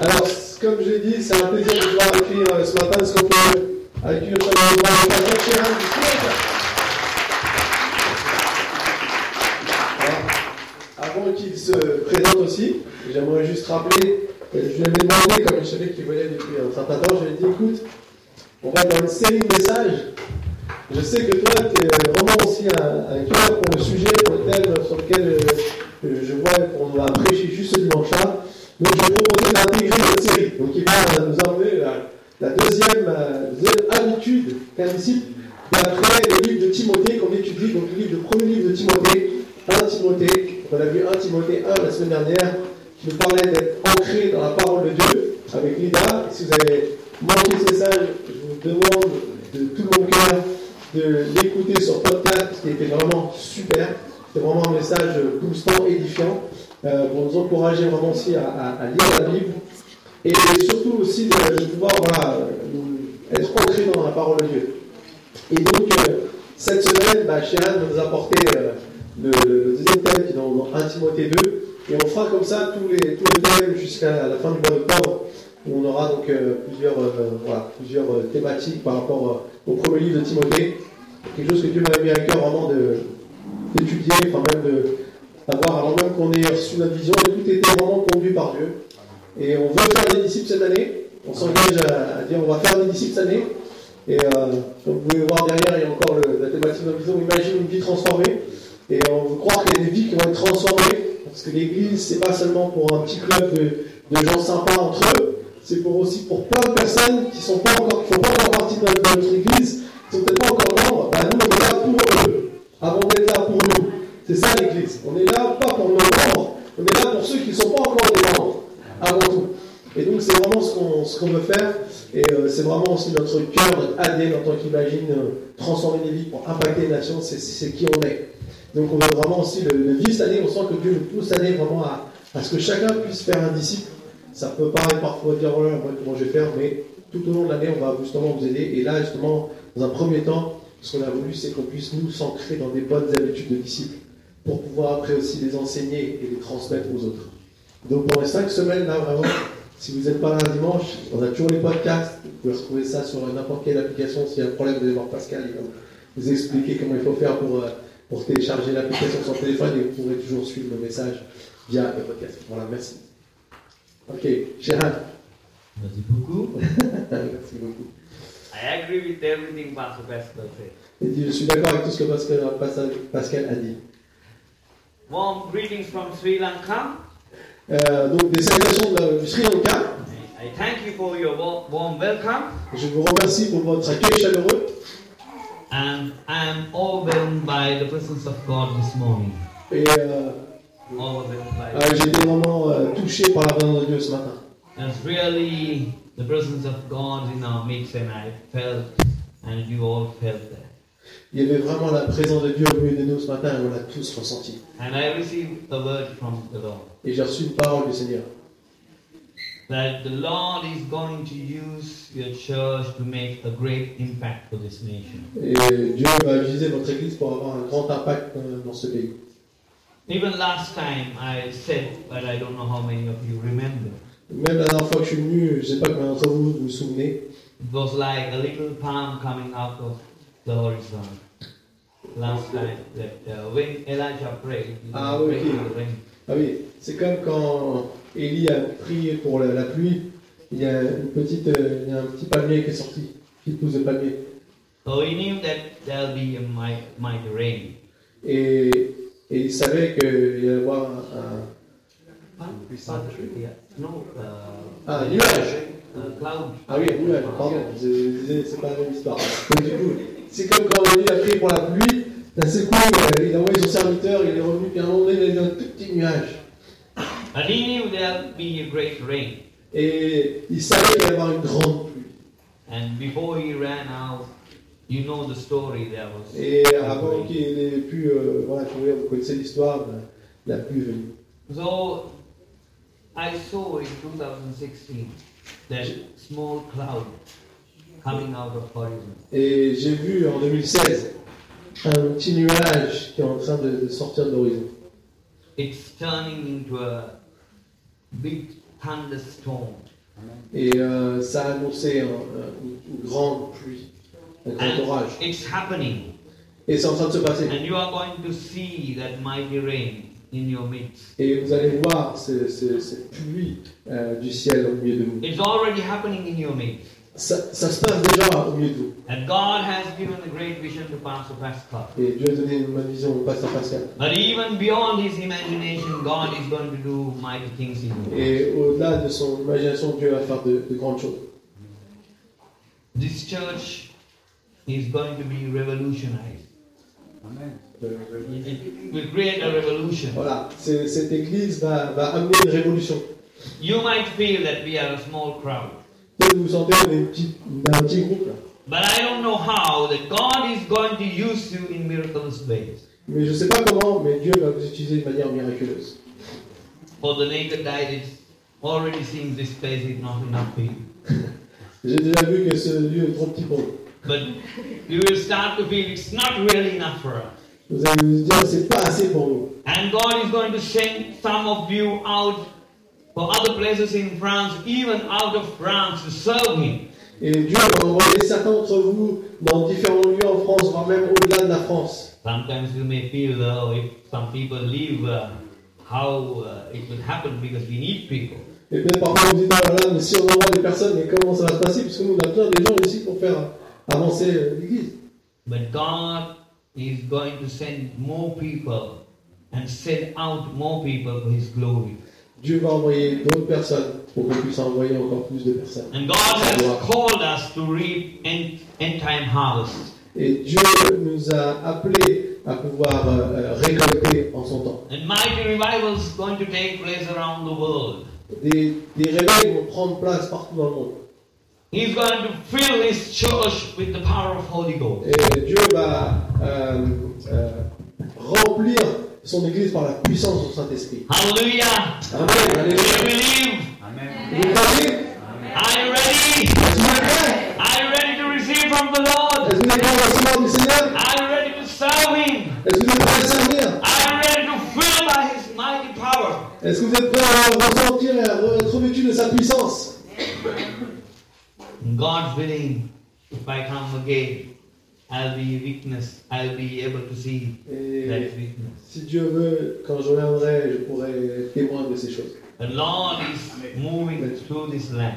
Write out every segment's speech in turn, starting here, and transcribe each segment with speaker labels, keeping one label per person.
Speaker 1: Alors, c- comme j'ai dit, c'est un plaisir de pouvoir accueillir euh, ce matin ce qu'on peut accueillir chaleureusement le Patrick Chérin du Sud. Alors, Avant qu'il se présente aussi, j'aimerais juste rappeler, euh, je lui avais demandé, comme je savais qu'il voulait depuis un certain temps, je lui ai dit écoute, on va être dans une série de messages. Je sais que toi, tu es vraiment aussi un, un cœur pour le sujet, pour le thème sur lequel euh, euh, je vois qu'on va prêcher juste ce dimanche-là. Donc je vais proposer d'intégrer notre série. Donc il va euh, nous emmener la, la deuxième, euh, deuxième habitude qu'un disciple. Et après le livre de Timothée qu'on étudie, donc le, livre, le premier livre de Timothée, 1 Timothée, on a vu 1 Timothée 1 la semaine dernière, qui nous parlait d'être ancré dans la parole de Dieu avec Lida. Si vous avez manqué ce message, je vous demande de tout mon cœur de l'écouter sur podcast, parce qu'il était vraiment super. C'était vraiment un message boostant, édifiant euh, pour nous encourager vraiment aussi à, à- à lire la Bible et, surtout aussi de, de pouvoir voilà, nous- être ancré dans la parole de Dieu. Et donc, euh, cette semaine, bah, Chéane va nous apporter euh, le, le deuxième thème qui est dans, dans 1 Timothée 2. Et on fera comme ça tous les, tous les thèmes jusqu'à la fin du mois d'octobre, où on aura donc euh, plusieurs, euh, voilà, plusieurs euh, thématiques par rapport euh, au premier livre de Timothée. Quelque chose que Dieu m'avait mis à cœur vraiment de- d'étudier, enfin même de, d'avoir, alors même qu'on ait reçu notre vision, et tout était vraiment conduit par Dieu. Et on veut faire des disciples cette année. On s'engage à, à dire on va faire des disciples cette année. Et euh, comme vous pouvez voir derrière, il y a encore le- la thématique de la vision, imagine une vie transformée. Et on veut croire qu'il y a des vies qui vont être transformées. Parce que l'église, c'est pas seulement pour un petit club de, de gens sympas entre eux, c'est pour aussi pour plein de personnes qui sont pas encore, qui font pas encore partie de notre, de notre église, qui sont peut-être pas encore membres. Bah, nous, on est là pour eux, avant d'être là pour nous. C'est ça l'église. On est là pas pour nos membres, on est là pour ceux qui ne sont pas encore des membres, avant tout. Et donc c'est vraiment ce qu'on ce qu'on veut faire. Et euh, c'est vraiment aussi notre cœur, notre ADN en tant qu'imagine, euh, transformer les vies pour impacter les nations, c'est- c'est qui on est. Donc on veut vraiment aussi le, le vivre cette année, on sent que Dieu nous pousse cette année vraiment à, à ce que chacun puisse faire un disciple. Ça peut paraître parfois dire, oh là, moi, comment je vais faire, mais tout au long de l'année, on va justement vous aider. Et là, justement, dans un premier temps, ce qu'on a voulu, c'est qu'on puisse nous s'ancrer dans des bonnes habitudes de disciples pour pouvoir après aussi les enseigner et les transmettre aux autres. Donc pour les cinq semaines, là, vraiment, si vous n'êtes pas là dimanche, on a toujours les podcasts. Vous pouvez retrouver ça sur n'importe quelle application. S'il y a un problème, vous allez voir Pascal, il va vous expliquer comment il faut faire pour, euh, pour télécharger l'application sur téléphone et vous pourrez toujours suivre le message via le podcast. Voilà, merci. Ok, Gérard,
Speaker 2: Merci beaucoup.
Speaker 1: merci beaucoup.
Speaker 3: I agree with everything Pastor Pascal said.
Speaker 1: Il dit, je suis d'accord avec tout ce que Pascal, Pascal- Pascal a dit.
Speaker 3: Warm greetings from Sri Lanka.
Speaker 1: Euh, donc des salutations de la- du Sri Lanka.
Speaker 3: I thank you for your wa- warm welcome.
Speaker 1: Je vous remercie pour votre accueil chaleureux
Speaker 3: And I am overwhelmed by the presence of God this morning.
Speaker 1: et euh,
Speaker 3: Overwhelmed by
Speaker 1: euh, j'ai été vraiment euh, touché par la présence de Dieu ce matin.
Speaker 3: That's really the presence of God in our midst, and I felt, and you all felt that.
Speaker 1: Il y avait vraiment la présence de Dieu au milieu de nous ce matin et on l'a tous ressenti.
Speaker 3: And I received a word from the Lord
Speaker 1: Et j'ai reçu une parole du Seigneur.
Speaker 3: that the Lord is going to use your church to make a great impact for this nation.
Speaker 1: Et Dieu va utiliser votre Église pour avoir un grand impact euh, dans ce pays.
Speaker 3: Even last time I said, but I don't know how many of you remember,
Speaker 1: Même la dernière fois que je suis venu, je ne sais pas combien d'entre vous vous souvenez,
Speaker 3: it was like a little palm coming out of the horizon. Last time that uh, when Elijah prayed, he
Speaker 1: Ah,
Speaker 3: prayed
Speaker 1: okay.
Speaker 3: for the rain.
Speaker 1: ah oui, c'est comme quand Élie a prié pour la, la pluie, il y, a une petite, euh, il y a un petit palmier qui est sorti, qui pousse de palmier.
Speaker 3: So he knew that there'll be a mighty, mighty rain.
Speaker 1: Et, et il savait qu'il y allait avoir un,
Speaker 3: But, yeah, no, uh,
Speaker 1: Ah, nuage.
Speaker 3: uh, cloud.
Speaker 1: Ah oui, oui, pardon, je disais, c'est pas la même histoire. Donc, du coup, c'est comme quand Élie a prié pour la pluie, d'un seul coup, euh, il a envoyé son serviteur, il est revenu, puis à un moment donné, il a eu un tout petit nuage.
Speaker 3: But he knew there'll be a great rain.
Speaker 1: Et il savait qu'il allait y avoir une grande pluie.
Speaker 3: And before he ran out, you know the story there was.
Speaker 1: Et avant qu'il ait pu euh, voilà, courir, vous connaissez l'histoire, euh, la pluie est venue.
Speaker 3: So I saw in 2016 that small cloud coming out of horizon.
Speaker 1: Et j'ai vu en 2016 un petit nuage qui est en train de, de sortir de l'horizon.
Speaker 3: It's turning into a big thunderstorm.
Speaker 1: Et euh, ça a annoncé un- un- une grande pluie, un grand
Speaker 3: And
Speaker 1: orage.
Speaker 3: it's happening.
Speaker 1: Et c'est en train de se passer.
Speaker 3: And you are going to see that mighty rain in your midst.
Speaker 1: Et vous allez voir ce- ce- cette pluie euh, du ciel au milieu de vous.
Speaker 3: It's already happening in your midst.
Speaker 1: Ça, ça se passe déjà au milieu de vous.
Speaker 3: And God has given a great vision to Pastor Pascal.
Speaker 1: Et Dieu a donné une bonne vision au pasteur Pascal.
Speaker 3: But even beyond his imagination, God is going to do mighty things in you.
Speaker 1: Et au-delà de son imagination, Dieu va faire de, de grandes choses.
Speaker 3: This church is going to be revolutionized.
Speaker 1: Euh,
Speaker 3: It will create a revolution.
Speaker 1: voilà, C'est- cette église va, va amener une révolution.
Speaker 3: You might feel that we are a small crowd.
Speaker 1: Peut-être vous vous sentez on est une petite- dans un petit groupe, là.
Speaker 3: But I don't know how that God is going to use you in miraculous ways.
Speaker 1: mais je ne sais pas comment, mais Dieu va vous utiliser de manière miraculeuse.
Speaker 3: For the naked eye it already seems this place is not enough people.
Speaker 1: J'ai déjà vu que ce lieu est trop petit pour nous.
Speaker 3: But you will start to feel it's not really enough for us.
Speaker 1: Vous allez vous dire, c'est pas assez pour nous.
Speaker 3: And God is going to send some of you out for other places in France, even out of France, to serve Him.
Speaker 1: Et Dieu va envoyer certains d'entre vous dans différents lieux en France, voire même au-delà de la France.
Speaker 3: Sometimes you may feel, though, if some people leave, uh, how uh, it will happen because we need people.
Speaker 1: Et peut-être parfois vous dites, ah là là, mais si on envoie des personnes, mais comment ça va se passer Parce que nous, on a besoin des gens ici pour faire avancer euh, l'Église.
Speaker 3: But God is going to send more people and send out more people for His glory.
Speaker 1: Dieu va envoyer d'autres personnes pour qu'on puisse envoyer encore plus de personnes.
Speaker 3: And God has called us to reap end, end time harvest.
Speaker 1: Et Dieu nous a appelés à pouvoir euh, euh, récolter en son temps.
Speaker 3: And mighty revival is going to take place around the world.
Speaker 1: Des, des réveils vont prendre place partout dans le monde.
Speaker 3: He's going to fill his church with the power of Holy Ghost.
Speaker 1: Et Dieu va euh, euh, remplir son Église par la puissance du Saint-Esprit.
Speaker 3: Hallelujah.
Speaker 1: Amen.
Speaker 3: Do you
Speaker 1: Alléluia.
Speaker 3: believe?
Speaker 1: Vous croyez
Speaker 3: Are you ready?
Speaker 1: Est-ce que vous êtes prêts
Speaker 3: Are you ready to receive from the Lord?
Speaker 1: Est-ce que vous êtes prêts à recevoir du Seigneur
Speaker 3: Are you ready to serve Him?
Speaker 1: Est-ce que vous êtes prêts à servir
Speaker 3: Are you ready to fill by His mighty power?
Speaker 1: Est-ce que vous êtes prêts à ressentir et à être revêtus de sa puissance
Speaker 3: And God willing, if I come again, I'll be witness. I'll be able to see
Speaker 1: Et
Speaker 3: that witness.
Speaker 1: si Dieu veut, quand je reviendrai, je pourrai être témoin de ces choses.
Speaker 3: The Lord is moving through this land.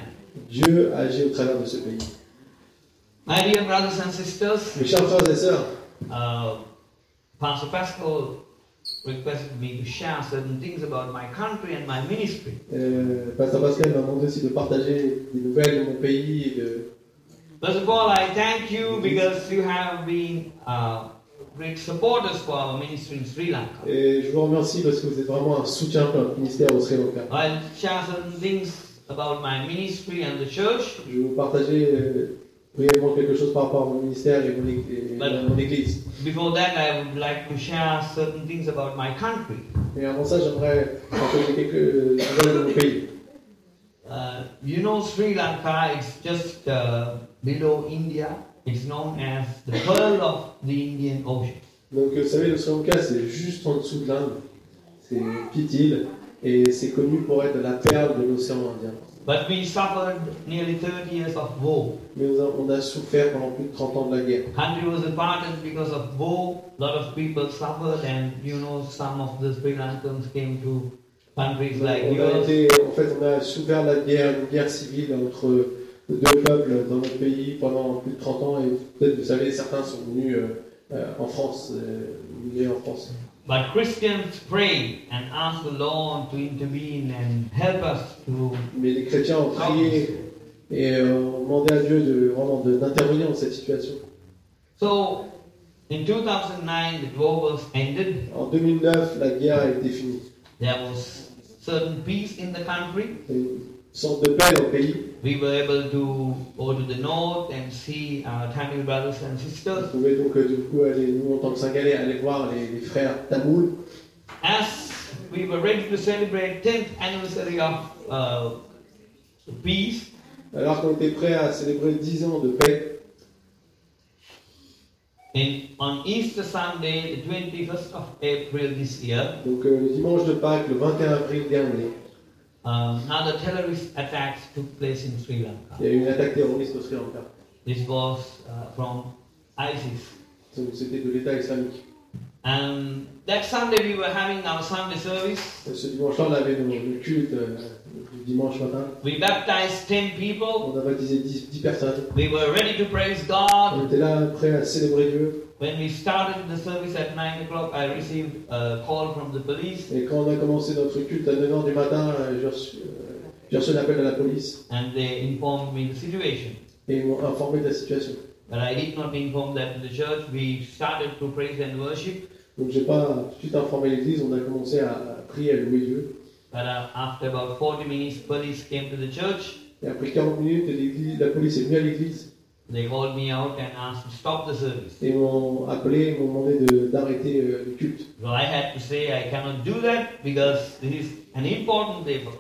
Speaker 1: Dieu agit au travers de ce pays.
Speaker 3: My dear brothers and sisters,
Speaker 1: Mes chers frères et sœurs,
Speaker 3: uh, Pastor Pascal requested me to share certain things about my country and my ministry.
Speaker 1: euh, Pasteur Pascal m'a demandé aussi de partager des nouvelles de mon pays et de,
Speaker 3: First of all, I thank you because you have been uh, great supporters for our ministry in Sri Lanka.
Speaker 1: Et je vous remercie parce que vous êtes vraiment un soutien pour notre ministère au Sri Lanka.
Speaker 3: I'll share certain things about my ministry and the church,
Speaker 1: Je vais vous partager euh, brièvement quelque chose par rapport à mon ministère et mon, ég- et
Speaker 3: Voilà.
Speaker 1: mon église.
Speaker 3: Before that, I would like to share certain things about my country.
Speaker 1: Mais avant ça, j'aimerais partager quelques euh, nouvelles de mon pays.
Speaker 3: Uh, you know, Sri Lanka is just uh, below India. It's known as the pearl of the Indian Ocean.
Speaker 1: Donc, euh, vous savez, le Sri Lanka, c'est juste en dessous de l'Inde. C'est une petite île et c'est connu pour être la perle de l'océan Indien.
Speaker 3: But we suffered nearly 30 years of war.
Speaker 1: Mais on a- on a souffert pendant plus de 30 ans de la guerre.
Speaker 3: Country was aparted because of war. A lot of people suffered, and you know, some of the Sri Lankans came to countries
Speaker 1: On
Speaker 3: like
Speaker 1: a
Speaker 3: yours.
Speaker 1: été- en fait, on a souffert la guerre, une guerre civile entre deux peuples dans notre pays pendant plus de 30 ans. Et peut-être, vous savez, certains sont venus euh, euh, en France, euh, immigrer en France.
Speaker 3: But Christians prayed and asked the Lord to intervene and help us to
Speaker 1: Mais les chrétiens ont prié et euh, ont demandé à Dieu de, vraiment de- d'intervenir dans cette situation.
Speaker 3: So, in 2009, the war was ended.
Speaker 1: En 2009, la guerre a été finie.
Speaker 3: There was certain peace in the country.
Speaker 1: Il y a eu Une sorte de paix dans le pays.
Speaker 3: We were able to go to the north and see our Tamil brothers and
Speaker 1: On
Speaker 3: sisters.
Speaker 1: pouvait donc, euh, du coup, aller, nous, en tant que Singalais, aller voir les, les frères tamouls.
Speaker 3: As we were ready to celebrate 10th anniversary of uh, peace,
Speaker 1: Alors qu'on était prêts à célébrer 10 ans de paix,
Speaker 3: in, on Easter Sunday, the 21st of April this year,
Speaker 1: donc euh, le dimanche de Pâques, le 21 avril dernier,
Speaker 3: uh, Um, now the terrorist attacks took place in Sri Lanka.
Speaker 1: Il y a eu une attaque terroriste au Sri Lanka.
Speaker 3: This was uh, from ISIS.
Speaker 1: Donc, C'était de l'État islamique.
Speaker 3: And that Sunday we were having our Sunday service.
Speaker 1: Euh, Ce dimanche-là, on avait nos- le culte euh, le dimanche matin.
Speaker 3: We baptized 10 people.
Speaker 1: On a baptisé 10, 10 personnes.
Speaker 3: We were ready to praise God.
Speaker 1: On était là, prêts à célébrer Dieu.
Speaker 3: When we started the service at 9 o'clock, I received a call from the police
Speaker 1: Et quand on a commencé notre culte à 9h du matin, euh, j'ai reçu, euh, j'ai reçu un appel à la police.
Speaker 3: and they informed me the situation.
Speaker 1: Et ils m'ont informé de la situation.
Speaker 3: But I did not be informed that the church. We started to praise and worship.
Speaker 1: Donc j'ai pas tout de suite informé l'église, on a commencé à prier, à louer Dieu.
Speaker 3: But uh, after about 40 minutes, police came to the church.
Speaker 1: Et après 40 minutes, l'église- la police est venue à l'église
Speaker 3: They called me out and asked to stop the service.
Speaker 1: et m'ont appelé, m'ont demandé de- d'arrêter euh, le culte.
Speaker 3: So I had to say I cannot do that because this is an important day for us.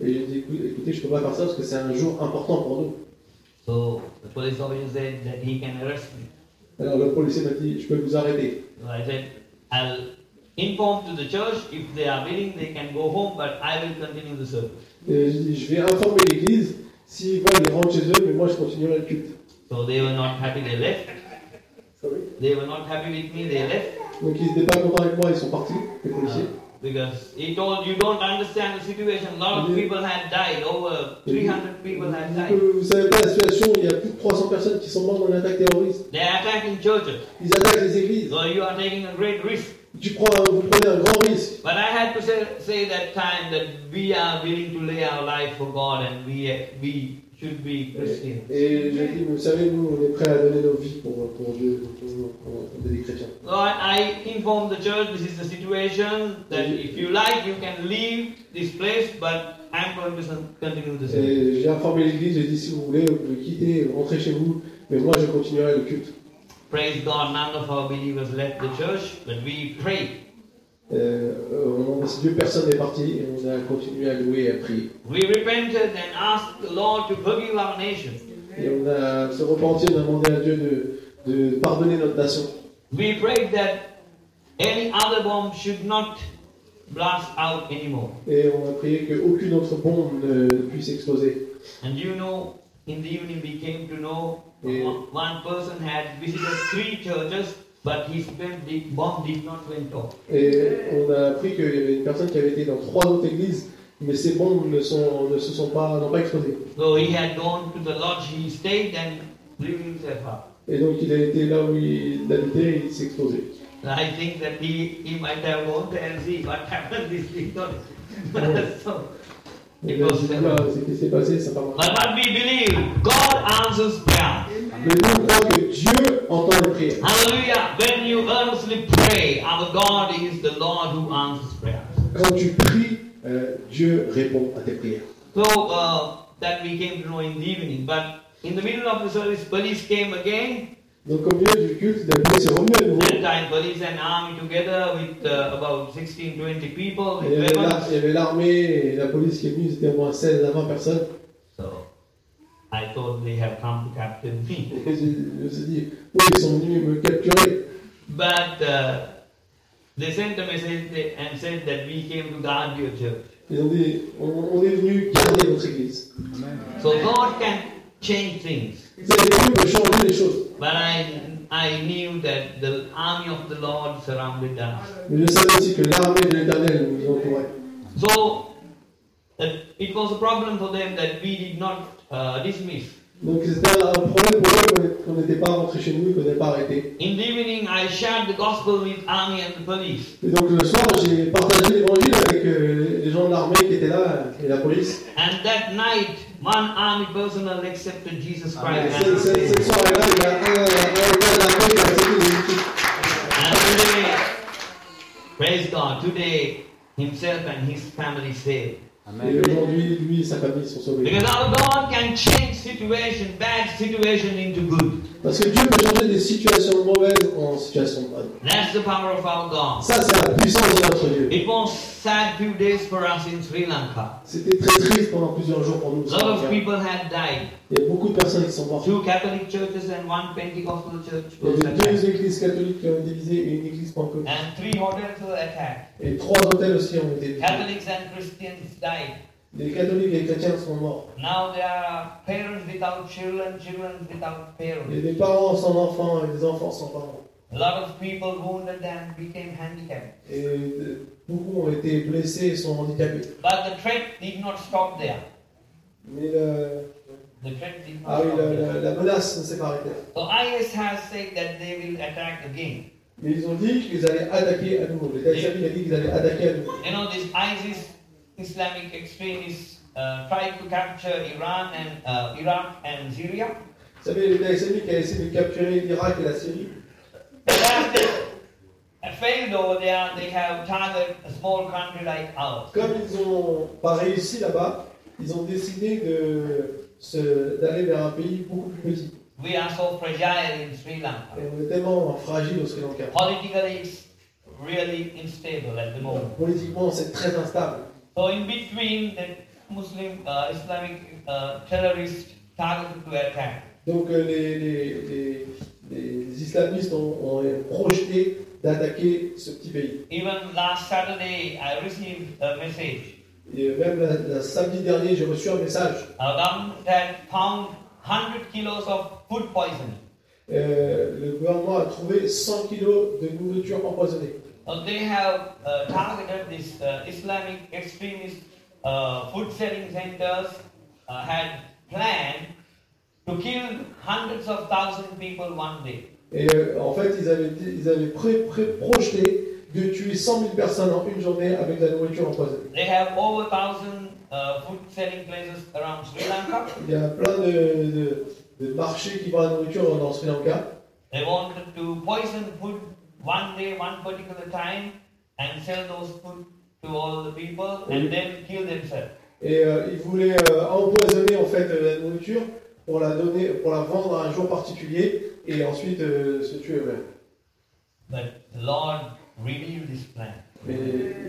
Speaker 1: Et j'ai dit, écoute- écoutez, je peux pas faire ça parce que c'est un jour important pour nous.
Speaker 3: So the police officer said that he can arrest me.
Speaker 1: Alors le policier m'a dit, je peux vous arrêter.
Speaker 3: So I said, I'll inform to the church if they are willing they can go home, but I will continue the service.
Speaker 1: Et j'ai dit, je vais informer l'église, s'ils veulent, ils rentrent chez eux, mais moi je continuerai le culte.
Speaker 3: So they were not happy, they left. They were not happy with me, they left.
Speaker 1: Donc ils n'étaient pas contents avec moi, ils sont partis, les policiers.
Speaker 3: Uh, because he told you don't understand the situation. A lot of people had died. Over 300 people had
Speaker 1: Vous-
Speaker 3: died.
Speaker 1: Vous savez pas la situation, il y a plus de 300 personnes qui sont mortes dans l'attaque terroriste.
Speaker 3: They are attacking churches.
Speaker 1: Ils attaquent les églises.
Speaker 3: So you are taking a great risk.
Speaker 1: Tu prends, un- vous prenez un grand risque.
Speaker 3: But I had to say, say that time that we are willing to lay our life for God and we, we should be Christians.
Speaker 1: Et je dis, vous savez, nous, on est prêts à donner nos vies pour, pour Dieu, pour, pour- pour des chrétiens.
Speaker 3: So I, I informed the church this is the situation that if you like you can leave this place but I'm going to con- continue
Speaker 1: Eh.
Speaker 3: the service.
Speaker 1: Et J'ai informé l'église, j'ai dit, si vous voulez, vous pouvez quitter, rentrer chez vous, mais moi, je continuerai le culte.
Speaker 3: Praise God, none of our believers left the church but we prayed.
Speaker 1: Euh, on a décidé, personne n'est parti, et on a continué à louer et à prier.
Speaker 3: We repented and asked the Lord to forgive our nation.
Speaker 1: Et on a se repenti, on a demandé à Dieu de, de pardonner notre nation.
Speaker 3: We prayed that any other bomb should not blast out anymore.
Speaker 1: Et on a prié qu'aucune autre bombe ne puisse exploser.
Speaker 3: And you know, in the evening we came to know
Speaker 1: Yeah.
Speaker 3: one- one person had visited three churches, but his bomb did, bomb did not went off.
Speaker 1: Et on a appris qu'il y avait une personne qui avait été dans trois autres églises, mais ces bombes ne, sont, ne se sont pas, n'ont pas explosé.
Speaker 3: So he had gone to the lodge he stayed and blew himself up.
Speaker 1: Et donc il a été là où il habitait et il s'est explosé.
Speaker 3: And I think that he, he might have gone there and see what happened this week. so,
Speaker 1: Et là, je dis, là, c'est qu'est-ce qui s'est passé, ça n'a pas marché.
Speaker 3: but what we believe, God answers prayer.
Speaker 1: Mais nous, on croit que Dieu entend les prières.
Speaker 3: Hallelujah. When you earnestly pray, our God is the Lord who answers prayer.
Speaker 1: Quand tu pries, euh, Dieu répond à tes prières.
Speaker 3: So uh, that we came to know in the evening. But in the middle of the service, police came again.
Speaker 1: Donc au milieu du culte, la police est revenue à nouveau.
Speaker 3: That time, police and army together with uh, about 16, 20 people
Speaker 1: Il y avait
Speaker 3: with
Speaker 1: la-
Speaker 3: weapons.
Speaker 1: il y avait l'armée et la police qui est venue, c'était au moins 16 à 20 personnes.
Speaker 3: So I thought they have come to capture me.
Speaker 1: Et je, je me suis dit, oui, ils sont venus me capturer.
Speaker 3: But uh, they sent a message they- and said that we came to guard your church.
Speaker 1: Ils ont dit, on, on est venu garder notre église.
Speaker 3: So God can change things.
Speaker 1: Vous avez venu me changer les choses.
Speaker 3: But I, I knew that the army of the Lord surrounded us.
Speaker 1: Mais je savais aussi que l'armée de l'éternel nous entourait.
Speaker 3: So that it was a problem for them that we did not uh, dismiss.
Speaker 1: Donc c'était un problème pour eux qu'on est- qu'on n'était pas rentré chez nous et qu'on n'était pas arrêté.
Speaker 3: In the evening, I shared the gospel with army and the police,
Speaker 1: Et donc le soir, j'ai partagé l'évangile avec euh, les gens de l'armée qui étaient là et la police.
Speaker 3: and that night, one army personnel accepted
Speaker 1: Et
Speaker 3: Jesus Christ
Speaker 1: cette,
Speaker 3: as his
Speaker 1: cette- cette
Speaker 3: Savior.
Speaker 1: soirée-là, il y a un, un gars de l'armée qui a accepté les
Speaker 3: And today, praise God, today himself and his family saved.
Speaker 1: Et aujourd'hui, lui et sa famille sont sauvés.
Speaker 3: Because our God can change situation, bad situation into good.
Speaker 1: Parce que Dieu peut changer des situations mauvaises en situations bonnes.
Speaker 3: That's the power of our God.
Speaker 1: Ça, c'est la puissance de notre Dieu.
Speaker 3: It was sad few days for us in Sri Lanka.
Speaker 1: C'était très triste pendant plusieurs jours pour nous.
Speaker 3: A lot of people had died.
Speaker 1: Il y a beaucoup de personnes qui sont mortes.
Speaker 3: Two Catholic churches and one Pentecostal church
Speaker 1: Il y
Speaker 3: was
Speaker 1: avait deux
Speaker 3: attacked.
Speaker 1: églises catholiques qui ont été divisées et une église pentecôtale.
Speaker 3: And three hotels were attacked.
Speaker 1: Et trois hôtels aussi ont été divisés.
Speaker 3: Catholics and Christians died.
Speaker 1: Les catholiques et les chrétiens sont morts.
Speaker 3: Now there are parents without children, children without
Speaker 1: Il y a
Speaker 3: parents.
Speaker 1: des parents sans enfants et des enfants sans parents.
Speaker 3: A lot of people wounded and became handicapped.
Speaker 1: Et euh, beaucoup ont été blessés et sont handicapés.
Speaker 3: But the threat did not stop there.
Speaker 1: Mais le-
Speaker 3: The threat did not
Speaker 1: ah oui,
Speaker 3: stop
Speaker 1: la,
Speaker 3: there.
Speaker 1: la- la menace ne s'est pas arrêtée.
Speaker 3: So IS has said that they will attack again.
Speaker 1: Mais ils ont dit qu'ils allaient attaquer à nouveau. L'État islamique a dit qu'ils allaient attaquer à nouveau.
Speaker 3: You know, this ISIS, Islamic extremists, uh, tried to capture Iran and uh, Iraq and Syria.
Speaker 1: Vous savez, l'État islamique a essayé de capturer l'Irak et la Syrie.
Speaker 3: But as they uh, failed over there, they have targeted a small country like ours.
Speaker 1: Comme ils n'ont pas réussi là-bas, ils ont décidé de se- d'aller vers un pays beaucoup plus petit.
Speaker 3: We are so fragile in Sri Lanka.
Speaker 1: Et on est tellement fragile au Sri Lanka.
Speaker 3: Politically, it's really instable at the moment.
Speaker 1: Politiquement, c'est très instable.
Speaker 3: So in between, the Muslim uh, Islamic uh, terrorists targeted to attack.
Speaker 1: Donc euh, les, les- les- les islamistes ont, ont projeté d'attaquer ce petit pays.
Speaker 3: Even last Saturday, I received a message.
Speaker 1: Et même la, la samedi dernier, j'ai reçu un message.
Speaker 3: A government had found 100 kilos of food poisoning.
Speaker 1: Euh, le gouvernement a trouvé 100 kilos de nourriture empoisonnée.
Speaker 3: Now they have uh, targeted this uh, Islamic extremist uh, food selling centers, uh, had planned to kill hundreds of thousands people one day.
Speaker 1: Et euh, en fait, ils avaient, dit- ils avaient pré- pré- projeté de tuer 100 000 personnes en une journée avec de la nourriture empoisonnée.
Speaker 3: They have over 1,000 uh, food selling places around Sri Lanka.
Speaker 1: Il y a plein de, de- de marchés qui vendent la nourriture dans Sri Lanka.
Speaker 3: They wanted to poison food one day, one particular time, and sell those food to all the people and then kill themselves.
Speaker 1: Et euh, ils voulaient euh, empoisonner en fait euh, la nourriture pour la, donner, pour la vendre à un jour particulier et ensuite euh, se tuer eux-mêmes.
Speaker 3: But the Lord revealed this plan.
Speaker 1: Mais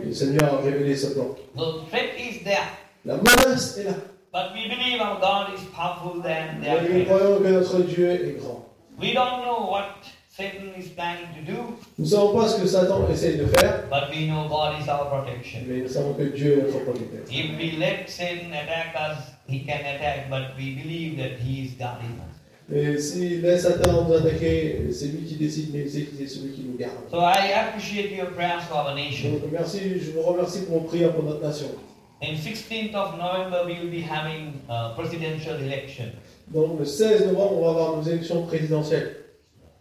Speaker 1: le Seigneur a révélé ce plan.
Speaker 3: The threat is there.
Speaker 1: La menace est là.
Speaker 3: But we believe our God is powerful than their
Speaker 1: Mais nous
Speaker 3: threat.
Speaker 1: croyons que notre Dieu est grand.
Speaker 3: We don't know what Satan is planning to do,
Speaker 1: Nous ne savons pas ce que Satan essaye de faire,
Speaker 3: but we know God is our protection.
Speaker 1: mais nous savons que Dieu est notre protecteur.
Speaker 3: If we let Satan attack us, he can attack, but we believe that he is guarding us.
Speaker 1: Et s'il laisse Satan nous attaquer, c'est lui qui décide, mais c'est c'est celui qui nous garde.
Speaker 3: So I appreciate your prayers for our nation.
Speaker 1: Donc merci, je vous remercie pour vos prières pour notre nation.
Speaker 3: In 16th of November, we will be having a presidential election.
Speaker 1: Donc le 16 novembre, on va avoir nos élections présidentielles.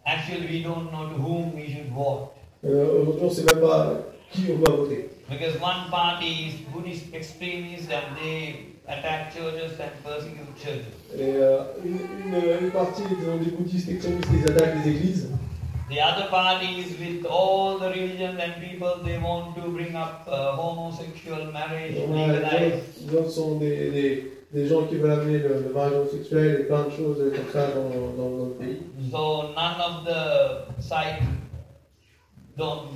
Speaker 3: Actually, we don't know to whom we should vote.
Speaker 1: Euh, Aujourd'hui, on ne sait même pas qui on va voter.
Speaker 3: Because one party is Buddhist extremists and they attack churches and persecute churches.
Speaker 1: Et, euh, une, une- une partie disons, des bouddhistes extrémistes, ils attaquent les églises.
Speaker 3: The other party is with all the religions and people, they want to bring up uh, homosexual marriage,
Speaker 1: On a-
Speaker 3: legalize.
Speaker 1: Les autres sont des, des- des gens qui veulent amener le, le mariage homosexuel et plein de choses comme ça dans, dans notre pays.
Speaker 3: So none of the side don't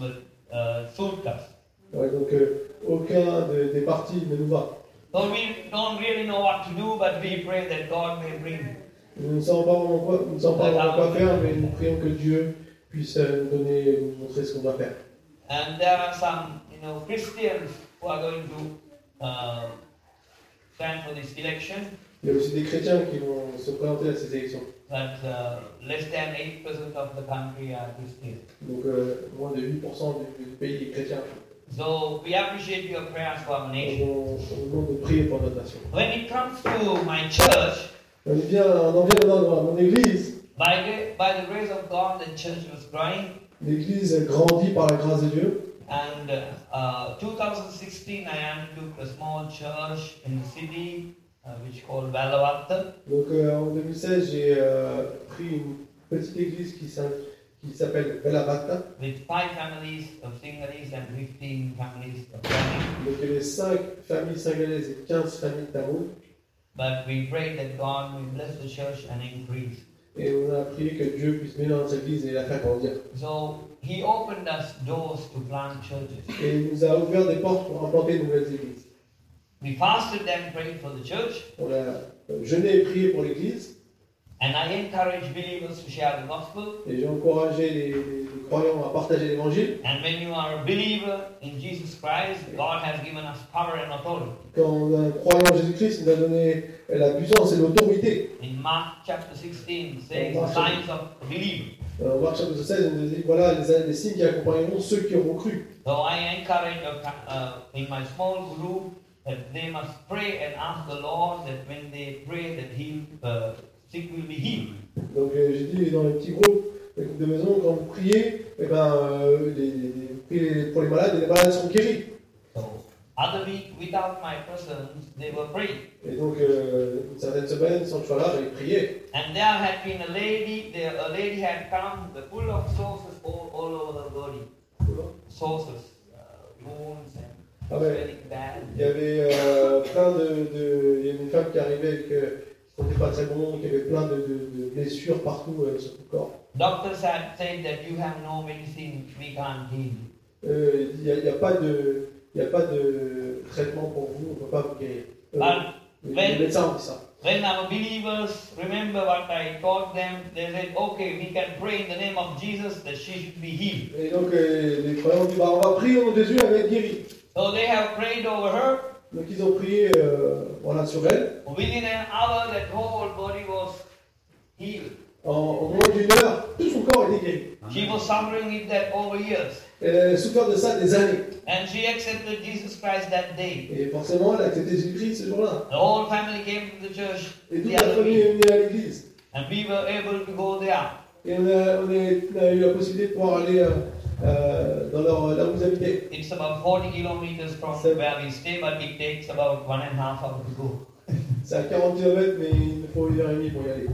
Speaker 3: uh, suit us.
Speaker 1: Ouais, donc euh, aucun de- des partis ne nous va.
Speaker 3: So we don't really know what to do, but we pray that God may bring
Speaker 1: Nous ne savons pas vraiment quoi, nous ne savons pas vraiment quoi faire, mais nous prions que Dieu puisse euh, nous donner, nous montrer ce qu'on va faire.
Speaker 3: And there are some, you know, Christians who are going to uh, stand for this election,
Speaker 1: Il y a aussi des chrétiens qui vont se présenter à ces élections.
Speaker 3: but uh, less than 8% of the country are Christians.
Speaker 1: Donc euh, moins de 8% du, du pays est chrétien.
Speaker 3: So we appreciate your prayers for our
Speaker 1: Donc
Speaker 3: nation.
Speaker 1: on, on nous demande de prier pour notre nation.
Speaker 3: When it comes to my church,
Speaker 1: On, est bien, on en vient dans dans mon église.
Speaker 3: by the, by the grace of God, the church was growing.
Speaker 1: L'église grandit par la grâce de Dieu.
Speaker 3: And uh, 2016, I undertook a small church in the city, uh, which called Valavatta.
Speaker 1: Donc euh, en 2016, j'ai euh, pris une petite église qui s'in- qui s'appelle Bellavata.
Speaker 3: with five families of Sinhalese and 15 families of Tamil.
Speaker 1: Donc il y avait 5 familles singalaises et 15 familles tamoules.
Speaker 3: But we pray that God will bless the church and increase.
Speaker 1: Et on a prié que Dieu puisse bénir notre église et la faire grandir.
Speaker 3: So He opened us doors to plant churches.
Speaker 1: Et il nous a ouvert des portes pour implanter de nouvelles églises.
Speaker 3: We fasted and prayed for the church,
Speaker 1: On a euh, jeûné et prié pour l'église.
Speaker 3: And I encourage believers to share the gospel.
Speaker 1: Et j'ai encouragé les, les croyants à partager l'évangile.
Speaker 3: And when you are a believer in Jesus Christ, God has given us power and authority.
Speaker 1: Quand on a croyant en Jésus-Christ, il nous a donné la puissance et l'autorité.
Speaker 3: In Mark chapter 16, it says the signs of believing.
Speaker 1: Dans Euh, Marc chapitre 16, on nous dit voilà les, les signes qui accompagneront ceux qui auront cru.
Speaker 3: So I encourage uh, uh, in my small group that they must pray and ask the Lord that when they pray that he uh, sick will be healed.
Speaker 1: Donc euh, j'ai dit dans les petits groupes, les groupes de maison, quand vous priez, eh ben, euh, les- les- les- priez les- pour les malades, et les malades sont guéris.
Speaker 3: So other week without my presence they were praying.
Speaker 1: Et donc euh, certaines semaines, sans que je sois là, j'avais prié.
Speaker 3: And there had been a lady, there a lady had come the full of sources all, all over her body. Sources, uh, wounds and
Speaker 1: Ah ouais.
Speaker 3: swelling bad.
Speaker 1: Il y avait euh, plein de, de- Il y avait une femme qui arrivait avec... euh, qui n'était pas très bon, qui avait plein de, de- de blessures partout euh, sur le corps.
Speaker 3: Doctors had said that you have no medicine, we can't heal. you.
Speaker 1: Euh, Il n'y a, il y a pas de... Il n'y a pas de traitement pour vous, on ne peut pas vous guérir. Euh,
Speaker 3: But
Speaker 1: les médecins ont dit ça.
Speaker 3: when our believers remember what I taught them, they said, okay, we can pray in the name of Jesus that she should be healed.
Speaker 1: Et donc euh, les croyants ont dit, bah, on va prier au nom de Jésus, elle va être guérie.
Speaker 3: So they have prayed over her.
Speaker 1: Donc ils ont prié euh, voilà, sur elle.
Speaker 3: Within an hour, that whole body was healed.
Speaker 1: En, en moins d'une heure, tout son corps était guéri.
Speaker 3: She was suffering with that over years.
Speaker 1: Elle a souffert de ça des années.
Speaker 3: And she accepted Jesus Christ that day.
Speaker 1: Et forcément, elle a accepté Jésus-Christ ce jour-là.
Speaker 3: The whole family came to the church
Speaker 1: Et toute
Speaker 3: the
Speaker 1: la
Speaker 3: other
Speaker 1: famille
Speaker 3: week.
Speaker 1: est venue à l'église.
Speaker 3: And we were able to go there.
Speaker 1: Et on a, on est- on a eu la possibilité de pouvoir aller euh, euh, dans leur, là où ils habitaient.
Speaker 3: It's about 40 kilometers from
Speaker 1: So-
Speaker 3: where we stay, but it takes about one and a half hour to go.
Speaker 1: C'est à 40 km, mais il nous faut une heure et demie pour y aller.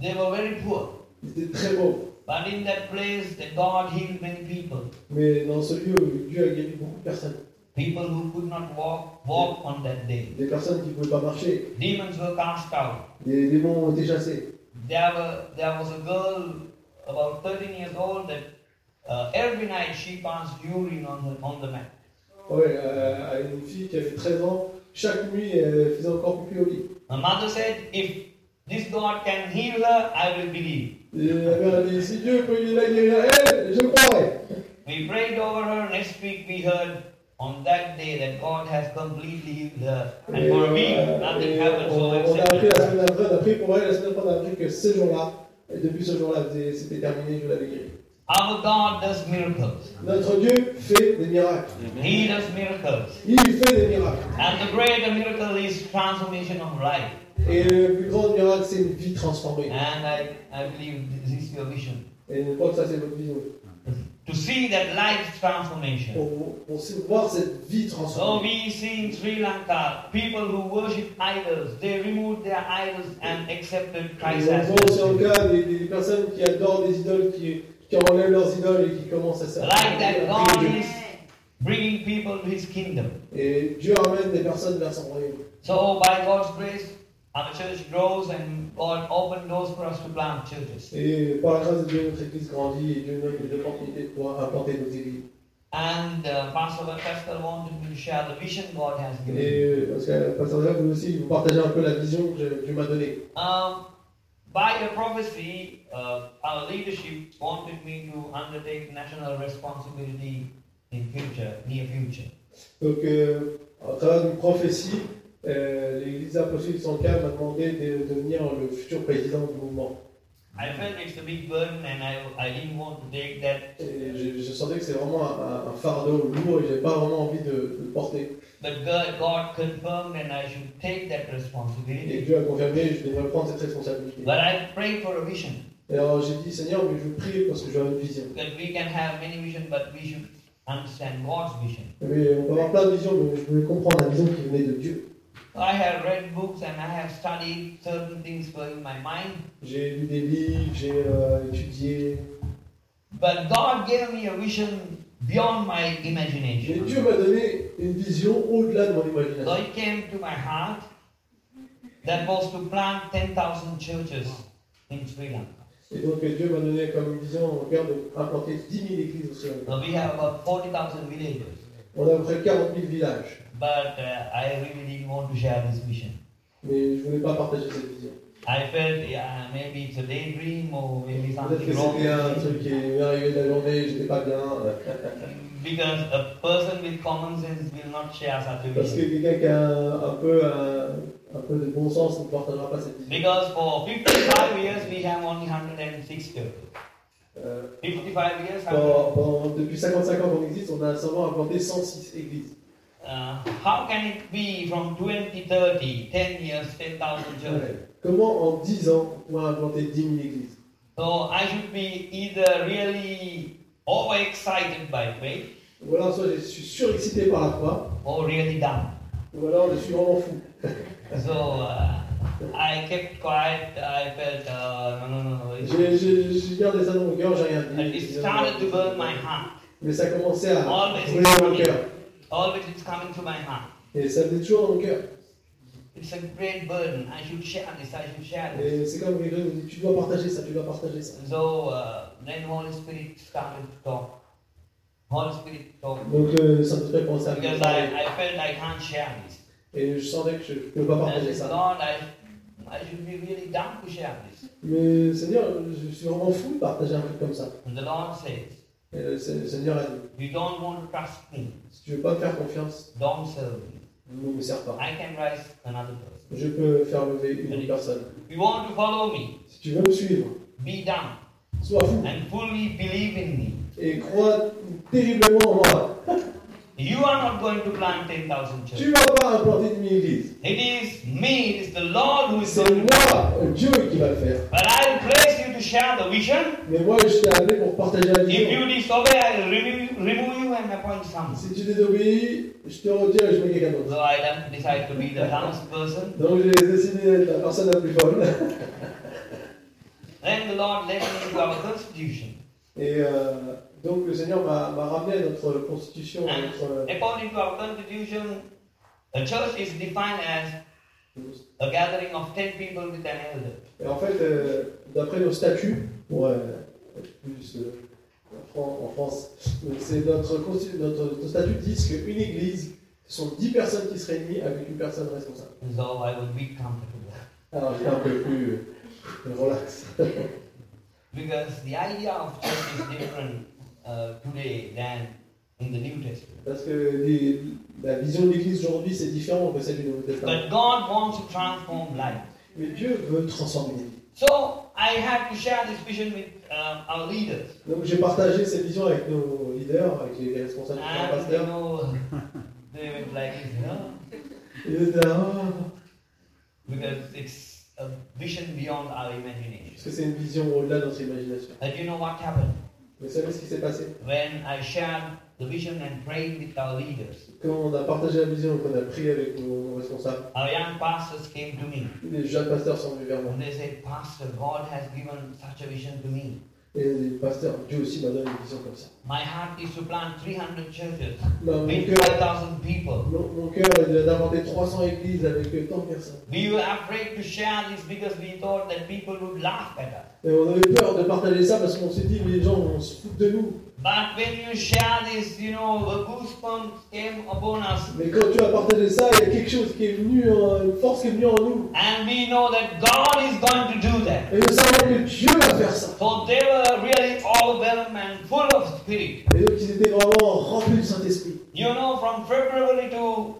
Speaker 3: They were very poor.
Speaker 1: Ils étaient très beaux.
Speaker 3: But in that place, that God healed many people.
Speaker 1: Mais dans ce lieu, Dieu a guéri beaucoup de personnes.
Speaker 3: People who could not walk, walked on that day.
Speaker 1: Des personnes qui ne pouvaient pas marcher.
Speaker 3: Demons were cast out.
Speaker 1: Des démons ont été chassés.
Speaker 3: There, were, there was a girl about 13 years old that uh, every night she passed urine on the, on the mat.
Speaker 1: Ouais, euh, à une fille qui avait 13 ans, chaque nuit, elle faisait encore plus au lit.
Speaker 3: My mother said, If this God can heal her, I will believe.
Speaker 1: Et la mère a dit, si Dieu peut lui la guérir, elle, eh, je croirais.
Speaker 3: We prayed over her. Next week we heard on that day that God has completely healed her. And
Speaker 1: Et,
Speaker 3: for a week,
Speaker 1: euh,
Speaker 3: nothing
Speaker 1: et
Speaker 3: happened.
Speaker 1: on,
Speaker 3: So I
Speaker 1: on a appris la
Speaker 3: accepted.
Speaker 1: semaine d'après, on a appris pour elle, la semaine d'après, on a appris que ce jour-là, et depuis ce jour-là, c'était c'était terminé, je l'avais guéri.
Speaker 3: Our God does miracles.
Speaker 1: Notre Dieu fait des miracles.
Speaker 3: He does miracles.
Speaker 1: Il fait des miracles.
Speaker 3: And the greater miracle is transformation of life.
Speaker 1: Et le plus grand miracle, c'est une vie transformée.
Speaker 3: And I, I believe this is your vision.
Speaker 1: Et je crois que ça, c'est votre vision.
Speaker 3: To see that life's transformation.
Speaker 1: Pour, pour voir cette vie
Speaker 3: So
Speaker 1: transformée.
Speaker 3: we see in Sri Lanka people who worship idols, they removed their idols and accepted
Speaker 1: Et
Speaker 3: Christ as
Speaker 1: on voit sur
Speaker 3: Lord.
Speaker 1: le cas des, des personnes qui adorent des idoles, qui, qui enlèvent leurs idoles et qui commencent à servir.
Speaker 3: Like that
Speaker 1: à prier
Speaker 3: God
Speaker 1: Dieu.
Speaker 3: is bringing people to his kingdom.
Speaker 1: Et Dieu ramène des personnes vers son royaume.
Speaker 3: So by God's grace, our church grows and God opened doors for us to plant churches.
Speaker 1: Et par la grâce de Dieu, notre église grandit et Dieu nous donne des opportunités de pouvoir implanter nos églises.
Speaker 3: And uh, Pastor Pastor wanted me to share the vision God has given. me.
Speaker 1: Et euh, parce que, euh, Pasteur Zach, vous aussi, vous partagez un peu la vision que je- Dieu m'a donnée.
Speaker 3: Um, by a prophecy, uh, our leadership wanted me to undertake national responsibility in future, near future.
Speaker 1: Donc, euh, à travers une prophétie, euh, l'église apostolique 104 m'a demandé de devenir le futur président du mouvement.
Speaker 3: I felt it's a big burden and I, I didn't want to take that,
Speaker 1: Et je, je sentais que c'est vraiment un, un- un fardeau lourd et j'avais pas vraiment envie de, de le porter.
Speaker 3: but God, God confirmed and I should take that
Speaker 1: Et
Speaker 3: responsibility.
Speaker 1: Dieu a confirmé, je devrais prendre cette responsabilité.
Speaker 3: But I prayed for a vision,
Speaker 1: Et alors j'ai dit, Seigneur, mais je veux prier parce que j'ai une vision.
Speaker 3: that we can have many visions, but we should understand God's vision.
Speaker 1: Mais on peut avoir plein de visions, mais je voulais comprendre la vision qui venait de Dieu.
Speaker 3: I have read books and I have studied certain things were in my mind,
Speaker 1: J'ai lu des livres, j'ai euh, étudié.
Speaker 3: but God gave me a vision beyond my imagination.
Speaker 1: Mais Dieu m'a donné une vision au-delà de mon
Speaker 3: So
Speaker 1: imagination.
Speaker 3: it came to my heart that was to plant 10,000 churches in Sri Lanka.
Speaker 1: Et donc euh, Dieu m'a donné comme vision, regarde, implanter 10 000 églises au Sri Lanka.
Speaker 3: Now we have about 40,000 villages,
Speaker 1: On a à peu près 40 000 villages.
Speaker 3: but uh, I really didn't want to share this vision.
Speaker 1: Mais je ne voulais pas partager cette vision.
Speaker 3: I felt, yeah, maybe it's a daydream or maybe
Speaker 1: Peut-être que
Speaker 3: something wrong.
Speaker 1: c'était un
Speaker 3: with me.
Speaker 1: truc qui est arrivé de la journée, j'étais pas bien.
Speaker 3: Because a person with common sense will not share such a
Speaker 1: Parce que
Speaker 3: vision.
Speaker 1: quelqu'un qui a un, un peu, un, un peu de bon sens ne partagera pas cette vision.
Speaker 3: Because for 55 years we have only 106 people.
Speaker 1: Euh,
Speaker 3: 55 years,
Speaker 1: pendant- pendant- depuis 55 ans qu'on existe, on a seulement implanté 106 églises.
Speaker 3: uh, how can it be from 2030, 10 years, 10,000 children?
Speaker 1: Comment en 10 ans on pourrait implanter 10 000 églises
Speaker 3: So I should be either really overexcited by faith
Speaker 1: Ou alors soit je suis surexcité par la foi,
Speaker 3: or really dumb.
Speaker 1: ou alors je suis vraiment fou.
Speaker 3: So uh, I kept quiet. I felt uh, no, no, no. no. It,
Speaker 1: J'ai j'ai- j'ai gardé ça dans mon cœur, j'ai rien
Speaker 3: it
Speaker 1: dit.
Speaker 3: started to burn my heart.
Speaker 1: Mais ça commençait à
Speaker 3: Always
Speaker 1: brûler
Speaker 3: it's
Speaker 1: mon
Speaker 3: coming.
Speaker 1: cœur.
Speaker 3: Always it's coming to my heart.
Speaker 1: Et ça venait toujours dans mon cœur.
Speaker 3: It's a great burden. I should share this. I should share this.
Speaker 1: Et c'est comme quelqu'un qui dit tu dois partager ça, tu dois partager ça.
Speaker 3: So uh, then Holy Spirit started to talk. Holy Spirit talked
Speaker 1: Donc euh, le Saint-Esprit commençait à me
Speaker 3: because I,
Speaker 1: parler.
Speaker 3: I felt I can't share this.
Speaker 1: Et je sentais que je ne pouvais pas
Speaker 3: And I
Speaker 1: partager
Speaker 3: said,
Speaker 1: ça.
Speaker 3: Lord, I, I should be really dumb to share this.
Speaker 1: Mais Seigneur, je suis vraiment fou de partager un truc comme ça.
Speaker 3: And the Lord says,
Speaker 1: Et le Se- le Seigneur a dit
Speaker 3: If you don't want to trust me,
Speaker 1: si tu veux pas me faire confiance,
Speaker 3: don't serve me.
Speaker 1: ne me sers pas.
Speaker 3: I can raise another person.
Speaker 1: Je peux faire lever une autre personne.
Speaker 3: If you want to follow me,
Speaker 1: Si tu veux me suivre,
Speaker 3: be dumb
Speaker 1: sois fou
Speaker 3: and fully believe in me.
Speaker 1: et crois terriblement en moi.
Speaker 3: You are not going to plant 10,000 churches.
Speaker 1: Tu vas pas implanter de mille églises.
Speaker 3: It is me, it is the Lord who is
Speaker 1: C'est
Speaker 3: going to.
Speaker 1: moi, Dieu, qui va le faire.
Speaker 3: But I will place you to share the vision.
Speaker 1: Mais moi, je t'ai appelé pour partager la
Speaker 3: If
Speaker 1: vision.
Speaker 3: you disobey, I will remove, remove you and appoint someone.
Speaker 1: Si tu désobéis, je te retire et je mets quelqu'un d'autre.
Speaker 3: So I don't decide to be the dumbest person.
Speaker 1: Donc j'ai décidé d'être la personne la plus folle.
Speaker 3: Then the Lord led me to our constitution.
Speaker 1: Et euh, donc le Seigneur m'a m'a ramené à notre constitution. à notre- euh,
Speaker 3: According to our constitution, a church is defined as a gathering of 10 people with an elder.
Speaker 1: Et en fait, euh, d'après nos statuts, pour euh, être plus euh, en Fran- en France, donc, c'est notre, constitu- notre, nos statuts disent qu'une église, ce sont 10 personnes qui se réunissent avec une personne responsable.
Speaker 3: So I would be comfortable.
Speaker 1: Alors j'étais un peu plus euh, relax.
Speaker 3: Because the idea of church is different uh, today than in the New Testament.
Speaker 1: Parce que les- la vision de l'église aujourd'hui, c'est différent que celle du Nouveau Testament.
Speaker 3: But God wants to transform life.
Speaker 1: Mais Dieu veut transformer l'église.
Speaker 3: So I had to share this vision with uh, our leaders.
Speaker 1: Donc j'ai partagé cette vision avec nos leaders, avec les responsables du Frère
Speaker 3: And you
Speaker 1: pasteur.
Speaker 3: know, they went like this, you know,
Speaker 1: Ils étaient là, Ah,
Speaker 3: because it's a vision beyond our
Speaker 1: parce
Speaker 3: imagination.
Speaker 1: que c'est une vision au-delà de notre imagination.
Speaker 3: And you know what happened?
Speaker 1: Vous savez ce qui s'est passé
Speaker 3: When I shared the vision and prayed with our leaders,
Speaker 1: Quand on a partagé la vision, qu'on a prié avec nos, nos responsables,
Speaker 3: our young pastors came to me
Speaker 1: les jeunes pasteurs sont venus vers moi.
Speaker 3: and they said, Pastor, God has given such a vision to me.
Speaker 1: Et les pasteurs, Dieu aussi m'a donné une vision comme ça.
Speaker 3: My heart is to plant 300 churches
Speaker 1: Ma- mon,
Speaker 3: with
Speaker 1: cœur,
Speaker 3: 5,000 people.
Speaker 1: mon, mon cœur est de- d'inventer 300 églises avec euh, tant de personnes.
Speaker 3: We were afraid to share this because we thought that people would laugh at us.
Speaker 1: Et on avait peur de partager ça parce qu'on s'est dit, mais les gens vont se foutre de nous.
Speaker 3: But when you share this, you know, the goosebumps came upon us.
Speaker 1: Mais quand tu as partagé ça, il y a quelque chose qui est venu, en- une force qui est venue en nous.
Speaker 3: And we know that God is going to do that.
Speaker 1: Et nous savons que Dieu va faire ça.
Speaker 3: So they were really overwhelmed and full of spirit.
Speaker 1: Et donc ils étaient vraiment remplis du Saint-Esprit.
Speaker 3: You know, from February to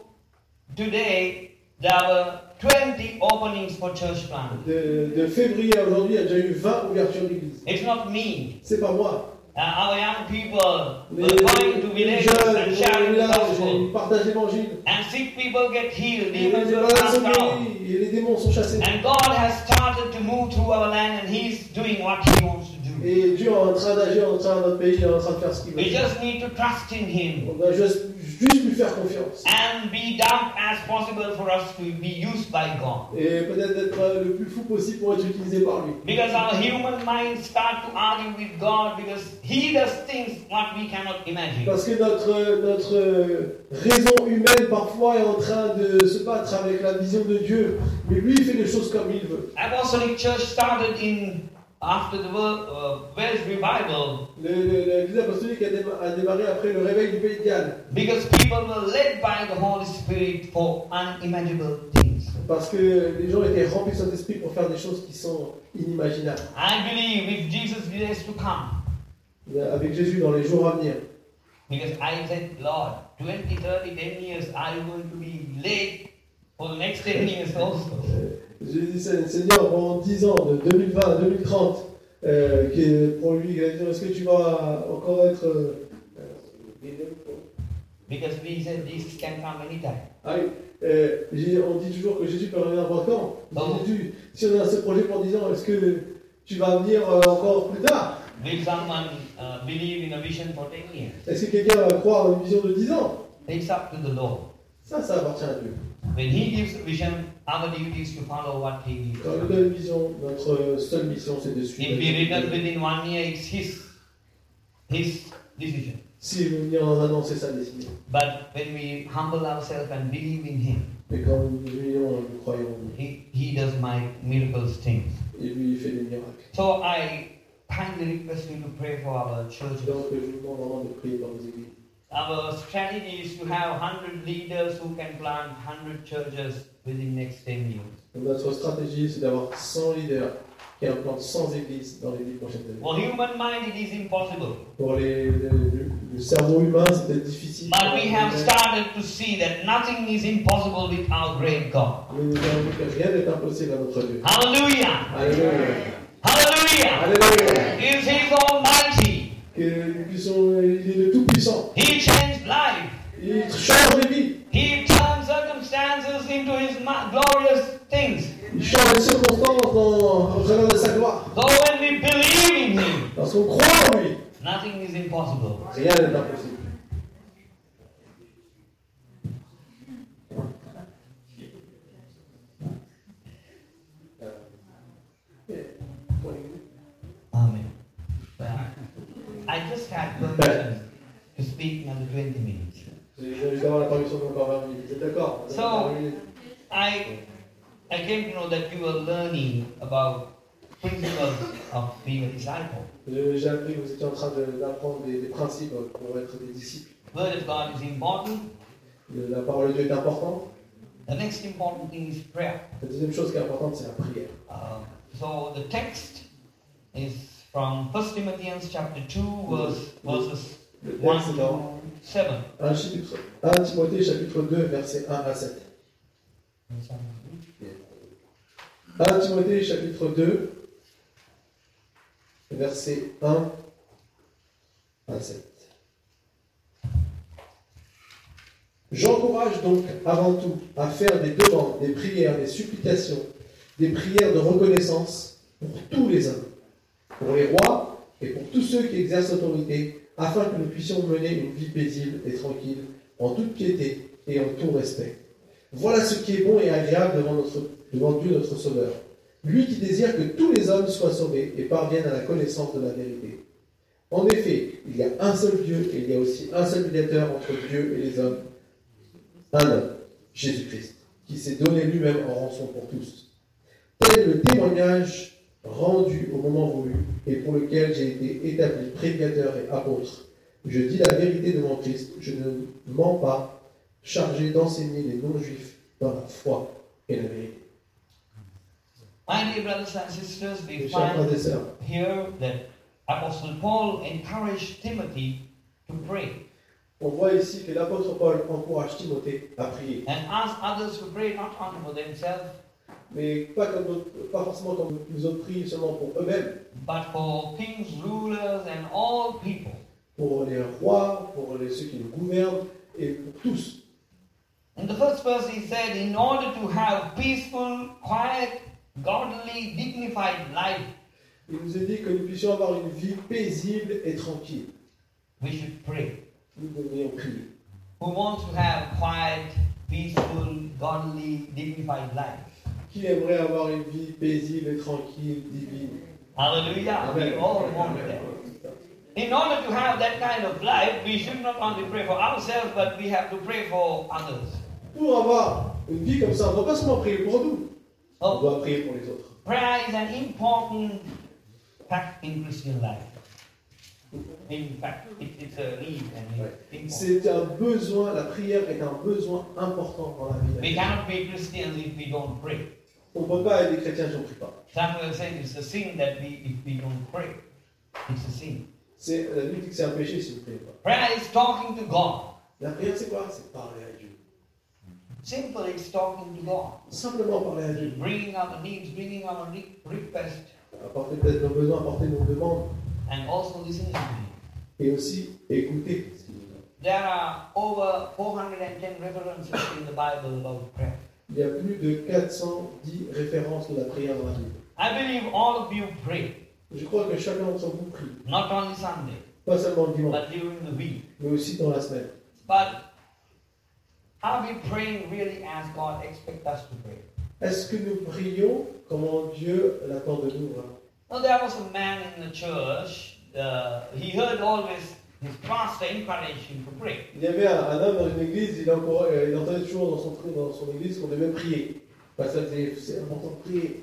Speaker 3: today, there were 20 openings for church planting.
Speaker 1: De, de février à aujourd'hui, il y a déjà eu 20 ouvertures d'église.
Speaker 3: It's not me.
Speaker 1: C'est pas moi.
Speaker 3: Uh, our young people
Speaker 1: Les,
Speaker 3: were going to
Speaker 1: les
Speaker 3: villages
Speaker 1: jeunes,
Speaker 3: and sharing
Speaker 1: les
Speaker 3: the
Speaker 1: villages,
Speaker 3: gospel.
Speaker 1: ils partagent l'évangile.
Speaker 3: And sick people get healed,
Speaker 1: Et les
Speaker 3: demons were
Speaker 1: malades sont
Speaker 3: cast out.
Speaker 1: guéris, et les démons sont chassés.
Speaker 3: And God has started to move through our land and He's doing what He wants to do.
Speaker 1: Et Dieu est en train d'agir en train de notre pays, il est en train de faire ce qu'il veut.
Speaker 3: We just need to trust in Him
Speaker 1: On doit juste, juste lui faire confiance.
Speaker 3: and be dumb as possible for us to be used by God.
Speaker 1: Et peut-être être euh, le plus fou possible pour être utilisé par lui.
Speaker 3: Because our human minds start to argue with God because He does things what we cannot imagine.
Speaker 1: Parce que notre, euh, notre euh, raison humaine parfois est en train de se battre avec la vision de Dieu. Mais lui, il fait les choses comme il veut.
Speaker 3: Apostolic Church started in after the Wel- uh, Welsh revival
Speaker 1: Le- le- L'Église apostolique a, déma- a démarré après le réveil du pays de Galles.
Speaker 3: because people were led by the Holy Spirit for unimaginable things.
Speaker 1: parce que les gens étaient remplis de Saint-Esprit pour faire des choses qui sont inimaginables.
Speaker 3: I believe if Jesus is to come,
Speaker 1: Avec Jésus dans les jours à venir.
Speaker 3: because I said, Lord, 20, 30, 10 years, are you going to be late for the next 10 years also?
Speaker 1: J'ai dit, Seigneur, pendant 10 ans, de 2020 à 2030, euh, que- pour lui, il a dit, est-ce que tu vas encore être... euh,
Speaker 3: Because we said Jesus can come anytime.
Speaker 1: Ah oui, euh, j'ai- on dit toujours que Jésus peut revenir n'importe quand. J'ai dit, si on a ce projet pour 10 ans, est-ce que tu vas venir euh, encore plus tard
Speaker 3: Will someone uh, believe in a vision for 10 years?
Speaker 1: Est-ce que quelqu'un va croire à une vision de 10 ans
Speaker 3: It's up to the Lord.
Speaker 1: Ça, ça appartient à Dieu.
Speaker 3: When He gives a vision, our duty is to follow what He gives.
Speaker 1: Quand on nous donne une vision, notre seule mission, c'est de
Speaker 3: If we return
Speaker 1: suivre.
Speaker 3: within one year, it's His, His decision.
Speaker 1: Si vous venir en annoncer c'est sa décision.
Speaker 3: But when we humble ourselves and believe in Him,
Speaker 1: Mais quand nous veillons, nous croyons en lui.
Speaker 3: He, he does my miracles things.
Speaker 1: Et lui, il fait des miracles.
Speaker 3: So I kindly request you to pray for our church.
Speaker 1: Donc, je vous demande vraiment de prier dans vos églises.
Speaker 3: Our strategy is to have 100 leaders who can plant 100 churches within next 10 years.
Speaker 1: Donc, notre stratégie, c'est d'avoir 100 leaders qui implantent 100 églises dans les 10 prochaines années.
Speaker 3: For human mind, it is impossible.
Speaker 1: Pour les, le, le- le cerveau humain, c'était difficile.
Speaker 3: But we have started to see that nothing is impossible with our great God.
Speaker 1: Mais nous avons vu que rien n'est impossible à notre Dieu.
Speaker 3: Hallelujah!
Speaker 1: Alléluia.
Speaker 3: Hallelujah!
Speaker 1: Alléluia.
Speaker 3: He is He's Almighty.
Speaker 1: Que nous puissions- il est le Tout-Puissant.
Speaker 3: He changed life.
Speaker 1: Il change les vies.
Speaker 3: He turns circumstances into His ma- glorious things.
Speaker 1: Il change les circonstances dans, au travers de sa gloire.
Speaker 3: So when we believe in Him,
Speaker 1: Parce qu'on croit en lui.
Speaker 3: nothing is impossible.
Speaker 1: Rien n'est impossible. Euh.
Speaker 3: Amen. I just had permission to speak another 20 minutes.
Speaker 1: J'ai j'ai envie d'avoir la permission de encore 20 minutes. Vous êtes d'accord
Speaker 3: So- I I came to know that you were learning about principles of being a disciple.
Speaker 1: Je- J'ai appris que vous étiez en train de- d'apprendre des, des principes pour être des disciples.
Speaker 3: Word of God is important.
Speaker 1: Le- La parole de Dieu est importante.
Speaker 3: The next important thing is prayer.
Speaker 1: La deuxième chose qui est importante, c'est la prière.
Speaker 3: Uh, so the text is from 1 Timothy chapter 2, verse, verses
Speaker 1: Le
Speaker 3: 1
Speaker 1: texte est dans
Speaker 3: to 7.
Speaker 1: 1 Chim- 1 Timothée chapitre 2, versets 1 à 7. 1 Timothée chapitre 2, versets 1 à 7. J'encourage donc avant tout à faire des demandes, des prières, des supplications, des prières de reconnaissance pour tous les hommes, pour les rois et pour tous ceux qui exercent autorité, afin que nous puissions mener une vie paisible et tranquille, en toute piété et en tout respect. Voilà ce qui est bon et agréable devant, notre, devant Dieu notre Sauveur, lui qui désire que tous les hommes soient sauvés et parviennent à la connaissance de la vérité. En effet, il y a un seul Dieu et il y a aussi un seul médiateur entre Dieu et les hommes, un homme, Jésus-Christ, qui s'est donné lui-même en rançon pour tous. Tel est le témoignage rendu au moment voulu et pour lequel j'ai été établi prédicateur et apôtre. Je dis la vérité devant Christ, je ne mens pas chargé d'enseigner les non-juifs dans la foi et la vérité.
Speaker 3: My dear brothers and sisters,
Speaker 1: Mes
Speaker 3: we
Speaker 1: chers
Speaker 3: find
Speaker 1: frères et sœurs,
Speaker 3: here that Apostle Paul encouraged Timothy to pray
Speaker 1: on voit ici que l'apôtre Paul encourage Timothée à prier,
Speaker 3: and ask others to pray not only for themselves
Speaker 1: mais pas, comme d'autres- pas forcément comme nous autres prient seulement pour eux-mêmes,
Speaker 3: but for kings, rulers, and all people.
Speaker 1: pour les rois, pour les- ceux qui nous gouvernent et pour tous.
Speaker 3: In the first verse, he said, In order to have peaceful, quiet, godly, dignified life,
Speaker 1: Il nous est dit que nous puissions avoir une vie paisible et tranquille.
Speaker 3: we should pray.
Speaker 1: Nous devrions prier.
Speaker 3: Who wants to have quiet, peaceful, godly, dignified life?
Speaker 1: Qui aimerait avoir une vie paisible et tranquille, divine
Speaker 3: Hallelujah. We all want that. In order to have that kind of life, we should not only pray for ourselves, but we have to pray for others.
Speaker 1: Pour avoir une vie comme ça, on ne doit pas seulement prier pour nous, on
Speaker 3: So,
Speaker 1: doit prier pour les autres.
Speaker 3: prayer is an important fact in Christian life. In fact, it, it's a need and
Speaker 1: Ouais.
Speaker 3: it's important.
Speaker 1: C'est un besoin, la prière est un besoin important dans la vie.
Speaker 3: We cannot be Christians if we don't pray.
Speaker 1: On ne peut pas être des chrétiens si on ne prie pas.
Speaker 3: Samuel said it's a sin that we if we don't pray. It's a sin.
Speaker 1: C'est, la Bible dit que c'est un péché si vous ne priez pas.
Speaker 3: Prayer is talking to God.
Speaker 1: La prière, c'est quoi C'est parler à Dieu.
Speaker 3: Simple, it's talking to God.
Speaker 1: Simplement parler à Dieu.
Speaker 3: Bringing our needs, bringing our re- request,
Speaker 1: Apporter peut-être nos besoins, apporter nos demandes.
Speaker 3: and also listening to Him.
Speaker 1: Et aussi écouter ce qu'il nous dit.
Speaker 3: There are over 410 references in the Bible about prayer.
Speaker 1: Il y a plus de 410 références de la prière dans la Bible.
Speaker 3: I believe all of you pray,
Speaker 1: Je crois que chacun d'entre vous prie,
Speaker 3: not only Sunday,
Speaker 1: pas seulement le dimanche,
Speaker 3: but during the week.
Speaker 1: mais aussi dans la semaine.
Speaker 3: But are we praying really as God expects us to pray?
Speaker 1: Est-ce que nous prions comment Dieu l'attend de nous vraiment
Speaker 3: Now there was a man in the church. Uh, he heard always his pastor encourage him to pray.
Speaker 1: Il y avait un, un homme dans une église, il, encore, euh, il entendait toujours dans son, dans son église qu'on devait prier. Parce que ça faisait- c'est important de prier.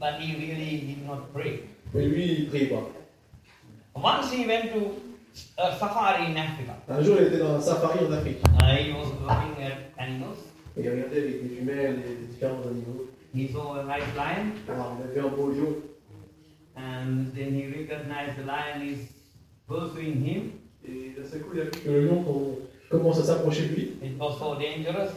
Speaker 3: But he really did not pray.
Speaker 1: Mais lui, il ne priait pas.
Speaker 3: Once he went to a safari in Africa.
Speaker 1: Un jour, il était dans un safari en Afrique.
Speaker 3: Uh, he was looking at animals.
Speaker 1: Et il regardait avec des jumelles et des différents animaux.
Speaker 3: He saw a white lion,
Speaker 1: Alors, on avait un beau lion.
Speaker 3: and then he recognized the lion is pursuing him.
Speaker 1: Et d'un seul coup, il a vu que le lion qu'on- commence à s'approcher de lui.
Speaker 3: It was so dangerous.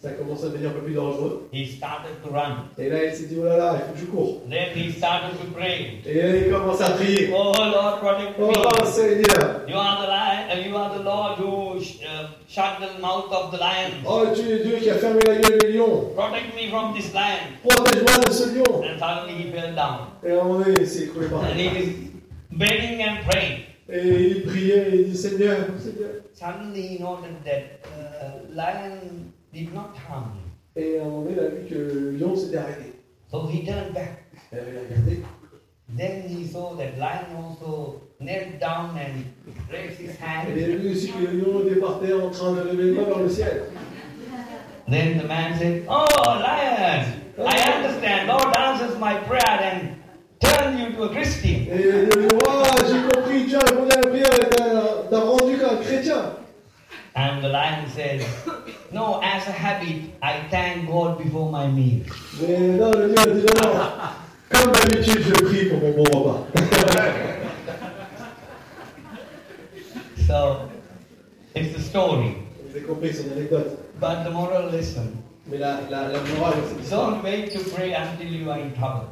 Speaker 1: Ça commence à devenir un peu plus dangereux.
Speaker 3: He started to run.
Speaker 1: Et là, il s'est dit, oh là là, il faut que je cours.
Speaker 3: Then he started to pray.
Speaker 1: Et là, il commence à prier.
Speaker 3: Oh Lord, protect me.
Speaker 1: Oh Seigneur,
Speaker 3: You are the lion. uh, You are the Lord who sh- uh, shut the mouth of the lion.
Speaker 1: oh tu es Dieu qui a fermé la gueule du lion.
Speaker 3: Protect me from this lion.
Speaker 1: Protège-moi de ce lion.
Speaker 3: And suddenly he fell down.
Speaker 1: Et à un moment donné, il s'est écroulé par
Speaker 3: And he
Speaker 1: terre.
Speaker 3: was begging and praying.
Speaker 1: Et il priait et il dit, Seigneur, Seigneur.
Speaker 3: Suddenly he noted that uh, lion did not harm him.
Speaker 1: Et à un moment donné, il a vu que le lion s'était arrêté.
Speaker 3: So he turned back.
Speaker 1: Et là, il a regardé.
Speaker 3: Then he saw that lion also knelt down and raised his
Speaker 1: Et il
Speaker 3: hand.
Speaker 1: a vu aussi que le lion était par terre en train de lever les mains vers le ciel.
Speaker 3: Then the man said, Oh, lion, I understand. Lord answers my prayer and turn you to a Christian.
Speaker 1: Et il a dit, Waouh, j'ai compris, tu as répondu à la prière et t'as t'as rendu comme un chrétien.
Speaker 3: And the lion says, No, as a habit, I thank God before my meal.
Speaker 1: Mais non, le lion a dit, non, non. Comme d'habitude, je prie pour mon bon repas.
Speaker 3: So it's the story.
Speaker 1: Vous avez compris, c'est une anecdote.
Speaker 3: But the moral lesson
Speaker 1: Mais la, la, la morale, c'est ça.
Speaker 3: don't wait to pray until you are in trouble.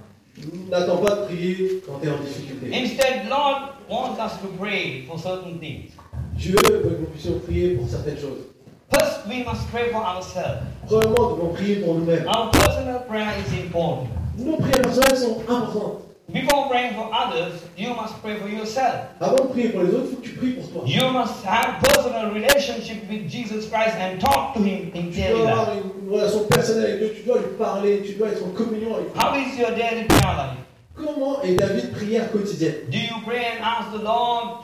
Speaker 1: N'attends pas de prier quand tu es en difficulté.
Speaker 3: Instead, Lord wants us to pray for certain things.
Speaker 1: Dieu veut que nous puissions prier pour certaines choses.
Speaker 3: First, we must pray for ourselves.
Speaker 1: Premièrement, nous devons prier pour nous-mêmes.
Speaker 3: Our personal prayer is important.
Speaker 1: Nos prières personnelles sont importantes.
Speaker 3: Before praying for others, you must pray for yourself.
Speaker 1: Avant de prier pour les autres, il faut que tu pries pour toi.
Speaker 3: You must have personal relationship with Jesus Christ and talk to Him in
Speaker 1: Tu
Speaker 3: daily
Speaker 1: dois
Speaker 3: life.
Speaker 1: avoir une relation personnelle avec Dieu, tu dois lui parler, tu dois être en communion avec lui.
Speaker 3: How is your daily prayer life?
Speaker 1: Comment est ta vie de prière quotidienne
Speaker 3: Do you pray and ask the Lord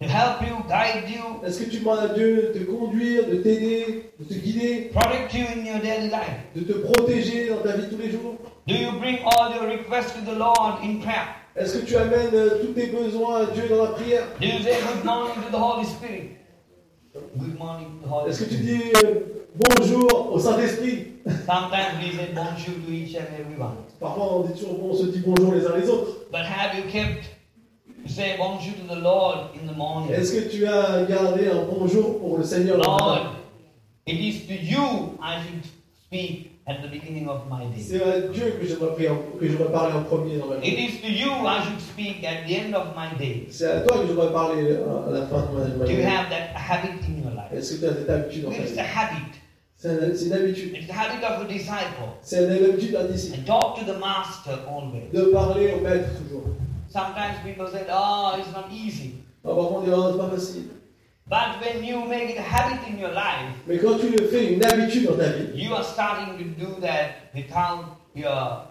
Speaker 3: to help you, guide you,
Speaker 1: Est-ce que tu demandes à Dieu de te conduire, de t'aider, de te guider
Speaker 3: protect you in your daily life?
Speaker 1: de te protéger dans ta vie tous les jours
Speaker 3: Do you bring all your requests to the Lord in prayer?
Speaker 1: Est-ce que tu amènes euh, tous tes besoins à Dieu dans la prière
Speaker 3: Do you say good morning to the Holy Spirit? Good morning to the Holy
Speaker 1: Est-ce que tu
Speaker 3: Spirit.
Speaker 1: dis euh, bonjour au Saint-Esprit
Speaker 3: Sometimes we say bonjour to each and everyone.
Speaker 1: Parfois on dit toujours bon, on se dit bonjour les uns les autres.
Speaker 3: But have you kept to say bonjour to the Lord in the morning?
Speaker 1: Est-ce que tu as gardé un bonjour pour le Seigneur le
Speaker 3: Lord,
Speaker 1: matin
Speaker 3: it is to you I should speak at the beginning of my day.
Speaker 1: C'est à Dieu que je dois prier, en- que je dois parler en premier dans ma
Speaker 3: It
Speaker 1: vie.
Speaker 3: is to you I should speak at the end of my day.
Speaker 1: C'est à toi que je dois parler euh, à la fin de ma, ma
Speaker 3: Do you
Speaker 1: vie.
Speaker 3: have that habit in your life?
Speaker 1: Est-ce que tu as cette habitude en
Speaker 3: What is
Speaker 1: fait
Speaker 3: the habit?
Speaker 1: C'est un- c'est une habitude.
Speaker 3: It's the habit of a disciple.
Speaker 1: C'est une habitude d'un disciple.
Speaker 3: And talk to the master always.
Speaker 1: De parler au maître toujours.
Speaker 3: Sometimes people say, oh, it's not easy.
Speaker 1: Ah, par contre, on dit, Ah, c'est pas facile.
Speaker 3: But when you make it a habit in your life,
Speaker 1: Mais quand tu le fais une habitude dans ta vie,
Speaker 3: you are starting to do that without your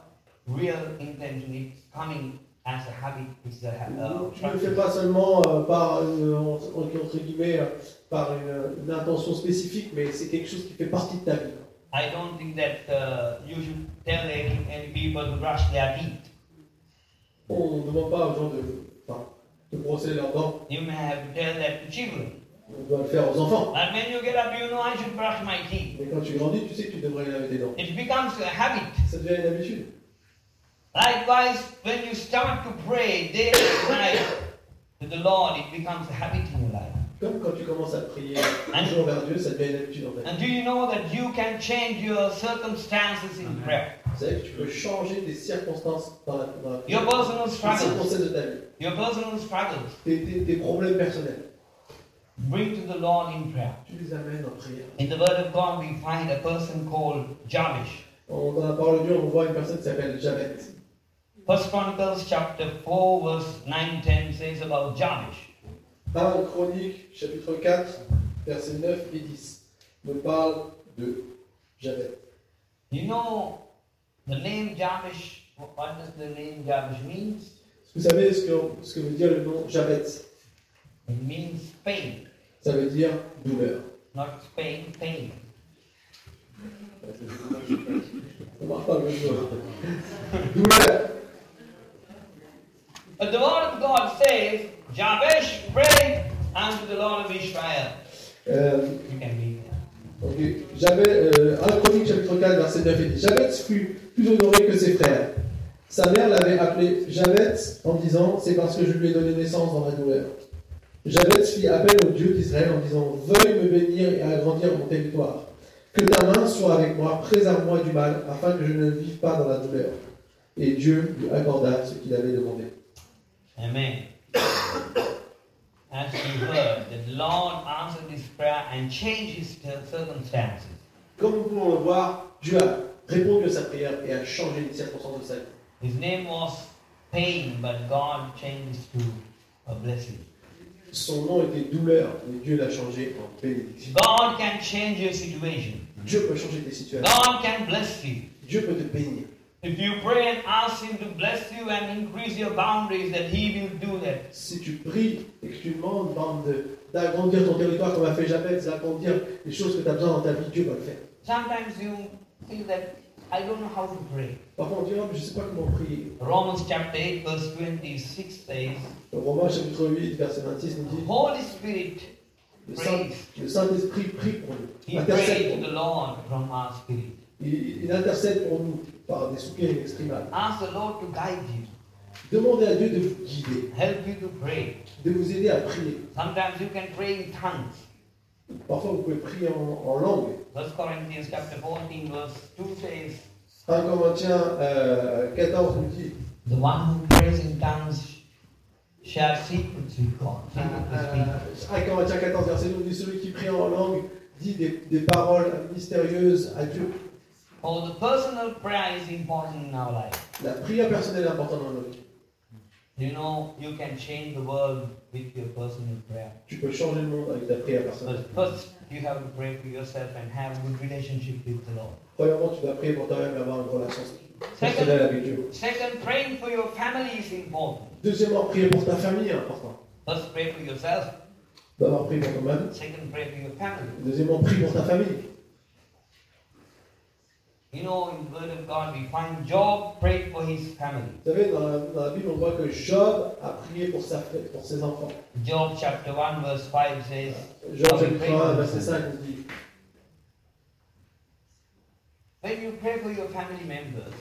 Speaker 3: real intention. It's coming as a habit. It's a ha- uh,
Speaker 1: Tu ne le fais
Speaker 3: practice.
Speaker 1: pas seulement euh, par une, entre entre guillemets, euh, par une, une intention spécifique, mais c'est quelque chose qui fait partie de ta vie.
Speaker 3: I don't think that uh, you should tell any, any people to brush their teeth.
Speaker 1: On ne demande pas aux gens de, enfin, de brosser leurs dents.
Speaker 3: You may have to tell that to children.
Speaker 1: On doit le faire aux enfants.
Speaker 3: And when you get up, you know I should brush my teeth.
Speaker 1: Mais quand tu grandis, tu sais que tu devrais laver tes dents.
Speaker 3: It becomes a habit.
Speaker 1: Ça devient une habitude.
Speaker 3: Likewise, when you start to pray day and night to the Lord, it becomes a habit in your life.
Speaker 1: Comme quand tu commences à prier toujours vers Dieu, ça devient une habitude en fait.
Speaker 3: And do you know that you can change your circumstances in prayer?
Speaker 1: Vous savez que tu peux changer tes circonstances dans la, dans la
Speaker 3: Your personal
Speaker 1: les
Speaker 3: struggles,
Speaker 1: circonstances de ta vie,
Speaker 3: your personal struggles,
Speaker 1: tes, tes- tes problèmes personnels.
Speaker 3: bring to the Lord in prayer.
Speaker 1: Tu les amènes en prière.
Speaker 3: In the Word of God, we find a person called Jabesh.
Speaker 1: On- Dans la parole de Dieu, on voit une personne qui s'appelle Jabet.
Speaker 3: First Chronicles chapter 4, verse 9 10 says about Jabesh.
Speaker 1: 1 Chronique, chapitre 4, versets 9 et 10, nous parle de Jabet.
Speaker 3: You know the name Jabesh, what does the name Jabesh means?
Speaker 1: Vous savez ce que, ce que veut dire le nom Jabet
Speaker 3: It means pain.
Speaker 1: Ça veut dire douleur.
Speaker 3: Not Spain, pain.
Speaker 1: On ne marche pas le même jour. Douleur.
Speaker 3: But the Lord of God says, Jabesh prayed unto the Lord of Israel.
Speaker 1: Euh,
Speaker 3: You can read that.
Speaker 1: donc, Jabet, euh, 1 Chronique, chapitre 4, verset 9 et 10. Jabet fut plus honoré que ses frères. Sa mère l'avait appelé Jabet en disant C'est parce que je lui ai donné naissance dans ma douleur. Jabet fit appel au Dieu d'Israël en disant Veuille me bénir et agrandir mon territoire. Que ta main soit avec moi, préserve-moi du mal, afin que je ne vive pas dans la douleur. Et Dieu lui accorda ce qu'il avait demandé.
Speaker 3: Amen. As we heard, that the Lord answered his prayer and changed his circumstances.
Speaker 1: Comme nous pouvons le voir, Dieu a répondu à sa prière et a changé les circonstances de sa vie.
Speaker 3: His name was pain, but God changed it to a blessing.
Speaker 1: Son nom était douleur, mais Dieu l'a changé en bénédiction.
Speaker 3: God can change your situation.
Speaker 1: Dieu peut changer tes situations.
Speaker 3: God can bless you.
Speaker 1: Dieu peut te bénir.
Speaker 3: If you pray and ask Him to bless you and increase your boundaries, that He will do that.
Speaker 1: Si tu pries et que tu demandes bande, de- d'agrandir ton territoire comme a fait Jabez, d'agrandir les choses que tu as besoin dans ta vie, Dieu va le faire.
Speaker 3: Sometimes you feel that I don't know how to pray.
Speaker 1: Par contre, on dit, oh, mais je ne sais pas comment prier.
Speaker 3: Romans chapter 8, verse 26 says,
Speaker 1: Romains chapitre 8, verset 26 nous
Speaker 3: The
Speaker 1: dit,
Speaker 3: Holy Spirit,
Speaker 1: le, Saint, le Saint-Esprit prie pour nous,
Speaker 3: He
Speaker 1: intercède
Speaker 3: prayed
Speaker 1: pour
Speaker 3: to
Speaker 1: nous.
Speaker 3: the Lord from our spirit.
Speaker 1: Il, il intercède pour nous par des soupirs inexprimables.
Speaker 3: Ask the Lord to guide you,
Speaker 1: Demandez à Dieu de vous guider.
Speaker 3: help you to pray.
Speaker 1: de vous aider à prier.
Speaker 3: Sometimes you can pray in tongues.
Speaker 1: Parfois, vous pouvez prier en, en langue.
Speaker 3: First Corinthians chapter 14, verse 2 says,
Speaker 1: 1 Corinthiens euh, 14 nous dit
Speaker 3: The one who prays in tongues shall secrets with God. Secretly speak.
Speaker 1: Uh-huh. 1 Corinthiens 14 verset 2 nous dit celui qui prie en langue dit des, des paroles mystérieuses à Dieu.
Speaker 3: Oh, the personal prayer is important in our life.
Speaker 1: La prière personnelle est importante dans notre vie.
Speaker 3: You know, you can change the world with your personal prayer.
Speaker 1: Tu peux changer le monde avec ta prière personnelle.
Speaker 3: But first, you have to pray for yourself and have a good relationship with the Lord.
Speaker 1: Premièrement, tu dois prier pour toi-même et avoir une relation personnelle
Speaker 3: Second,
Speaker 1: avec Dieu.
Speaker 3: second, praying for your family is important.
Speaker 1: Deuxièmement, prier pour ta famille est important.
Speaker 3: First, pray for yourself.
Speaker 1: D'abord, prier pour toi-même.
Speaker 3: Second, pray for your family.
Speaker 1: Deuxièmement, prie pour ta famille.
Speaker 3: You know, in the Word of God, we find Job prayed for his family.
Speaker 1: Vous savez, dans la, dans la Bible, on voit que Job a prié pour, sa, pour ses enfants.
Speaker 3: Job chapter 1, verse 5 says,
Speaker 1: Job chapitre 1, verset 5 nous dit
Speaker 3: When you pray for your family members,